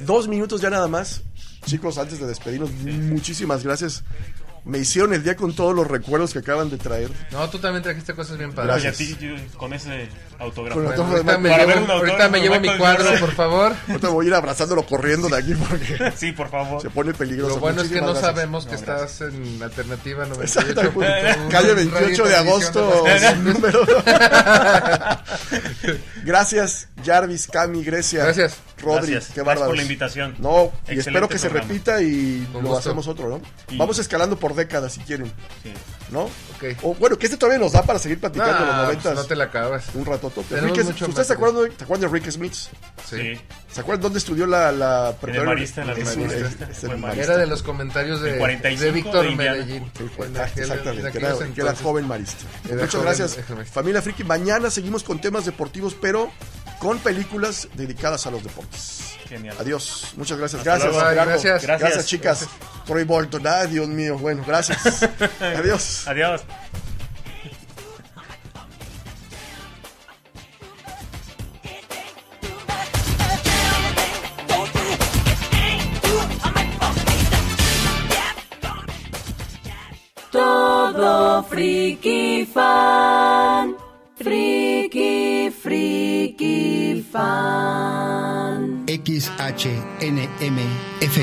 Speaker 2: Dos minutos ya nada más. Chicos, antes de despedirnos, muchísimas gracias. Me hicieron el día con todos los recuerdos que acaban de traer.
Speaker 3: No, tú también trajiste cosas bien
Speaker 4: Oye,
Speaker 3: padres.
Speaker 4: a ti, yo- con ese autógrafo.
Speaker 2: Con
Speaker 3: Bueno,
Speaker 2: autógrafo.
Speaker 3: ahorita me
Speaker 4: Para
Speaker 3: llevo,
Speaker 4: ver un autógrafo
Speaker 3: ahorita me
Speaker 4: de
Speaker 3: llevo mi
Speaker 4: Michael
Speaker 3: cuadro,
Speaker 4: Jordan.
Speaker 3: por favor.
Speaker 2: Ahorita voy a ir abrazándolo corriendo de aquí porque
Speaker 4: Sí, por favor.
Speaker 2: se pone peligroso.
Speaker 3: Lo bueno es que
Speaker 2: Muchísimas
Speaker 3: no
Speaker 2: gracias.
Speaker 3: sabemos que
Speaker 4: No,
Speaker 3: estás en alternativa
Speaker 2: Exacto,
Speaker 3: 98.
Speaker 2: calle 28 de agosto, sin número. Gracias, Jarvis, Cami, Grecia.
Speaker 3: Gracias.
Speaker 2: Rodri,
Speaker 4: Gracias.
Speaker 2: qué
Speaker 4: Gracias
Speaker 2: bárbaros.
Speaker 4: por la invitación.
Speaker 2: No, y
Speaker 4: Excelente
Speaker 2: espero que se
Speaker 4: programa.
Speaker 2: repita y
Speaker 3: Con
Speaker 2: lo
Speaker 3: gusto.
Speaker 2: hacemos otro, ¿no?
Speaker 4: Y-
Speaker 2: Vamos escalando por décadas si quieren,
Speaker 4: Sí.
Speaker 2: ¿no?
Speaker 3: Ok.
Speaker 2: O, bueno, que este todavía nos da para seguir
Speaker 3: No,
Speaker 2: platicando de los
Speaker 3: pues
Speaker 2: noventas.
Speaker 3: no te la acabas.
Speaker 2: Un ratoto.
Speaker 3: Tenemos
Speaker 2: Enrique,
Speaker 3: mucho
Speaker 2: ¿Ustedes
Speaker 3: material.
Speaker 2: se acuerdan, de, se acuerdan de Rick Smith?
Speaker 3: Sí.
Speaker 4: Sí.
Speaker 2: ¿Se acuerdan dónde estudió la, la
Speaker 4: Marista, en la
Speaker 2: en-
Speaker 4: Marista.
Speaker 2: en- en
Speaker 4: Fue
Speaker 2: Marista.
Speaker 4: Marista.
Speaker 3: Era de los comentarios de,
Speaker 4: El 45
Speaker 3: de Víctor
Speaker 4: de Indiana.
Speaker 3: Medellín.
Speaker 2: Sí, fue,
Speaker 3: En
Speaker 2: ah,
Speaker 3: aquel- en
Speaker 2: exactamente, que
Speaker 3: aquellos
Speaker 2: era, que era
Speaker 3: entonces.
Speaker 2: joven marista.
Speaker 3: Era
Speaker 2: Muchas
Speaker 3: joven,
Speaker 2: gracias,
Speaker 3: déjame.
Speaker 2: familia Friki. Mañana seguimos con temas deportivos, pero con películas dedicadas a los deportes.
Speaker 4: Genial.
Speaker 2: Adiós, muchas gracias.
Speaker 4: Hasta
Speaker 2: Gracias,
Speaker 4: luego.
Speaker 3: Bye,
Speaker 2: Gerardo.
Speaker 3: gracias.
Speaker 2: gracias,
Speaker 4: Gracias.
Speaker 2: chicas. Troy Bolton, ay, Dios mío, bueno, gracias. Adiós.
Speaker 4: Adiós.
Speaker 1: Todo friki fan. Friki, friki fan.
Speaker 5: XHNMF